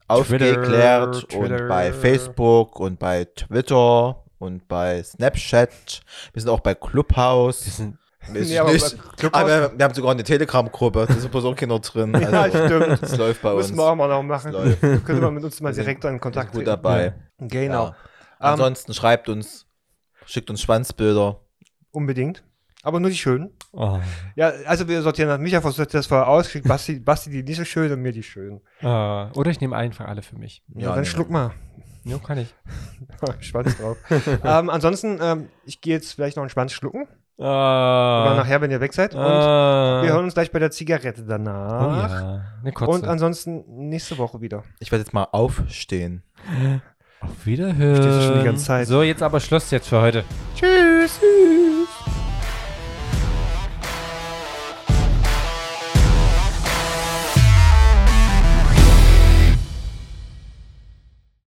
S3: aufgeklärt
S1: Twitter.
S3: und bei Facebook und bei Twitter und bei Snapchat. Wir sind auch bei
S1: Wir
S3: Clubhouse.
S1: sind-
S3: Weiß
S2: Nee,
S3: ich
S2: aber
S3: nicht.
S2: bei Clubhouse-
S3: Ah, wir, wir haben sogar eine Telegram-Gruppe, da sind bloß auch Kinder drin. Also,
S2: stimmt.
S3: Das läuft bei uns.
S2: Müssen wir auch mal noch machen.
S3: Läuft.
S2: Könnte man mit uns mal
S3: Wir sind-
S2: direkt in
S3: Wir sind
S2: Kontakt
S3: gut
S2: treten.
S3: dabei.
S2: Genau. Ähm,
S3: Ja. Ansonsten schreibt uns, schickt uns Schwanzbilder.
S2: Unbedingt. Aber nur die schönen.
S1: Oh.
S2: Ja, also wir sortieren das. Micha sortiert das vorher aus, kriegt Basti, Basti die nicht so schön und mir die schönen.
S1: Äh, oder ich nehme einfach alle für mich.
S2: Ja,
S3: Ja,
S2: dann
S3: nee.
S2: schluck mal.
S1: Jo, kann ich.
S2: Schwanz drauf. ähm, ansonsten, ähm, ich gehe jetzt vielleicht noch einen Schwanz schlucken.
S1: Äh,
S3: Äh,
S2: Aber
S1: Ah.
S2: nachher, wenn ihr weg seid. Und
S1: Ah.
S2: wir hören uns gleich bei der Zigarette danach.
S1: Oh ja, eine kurze.
S2: Und ansonsten nächste Woche wieder.
S3: Ich werde jetzt mal aufstehen.
S1: Auf Wiederhören.
S2: schon die ganze Zeit.
S1: So, jetzt aber Schluss jetzt für heute.
S2: Tschüss.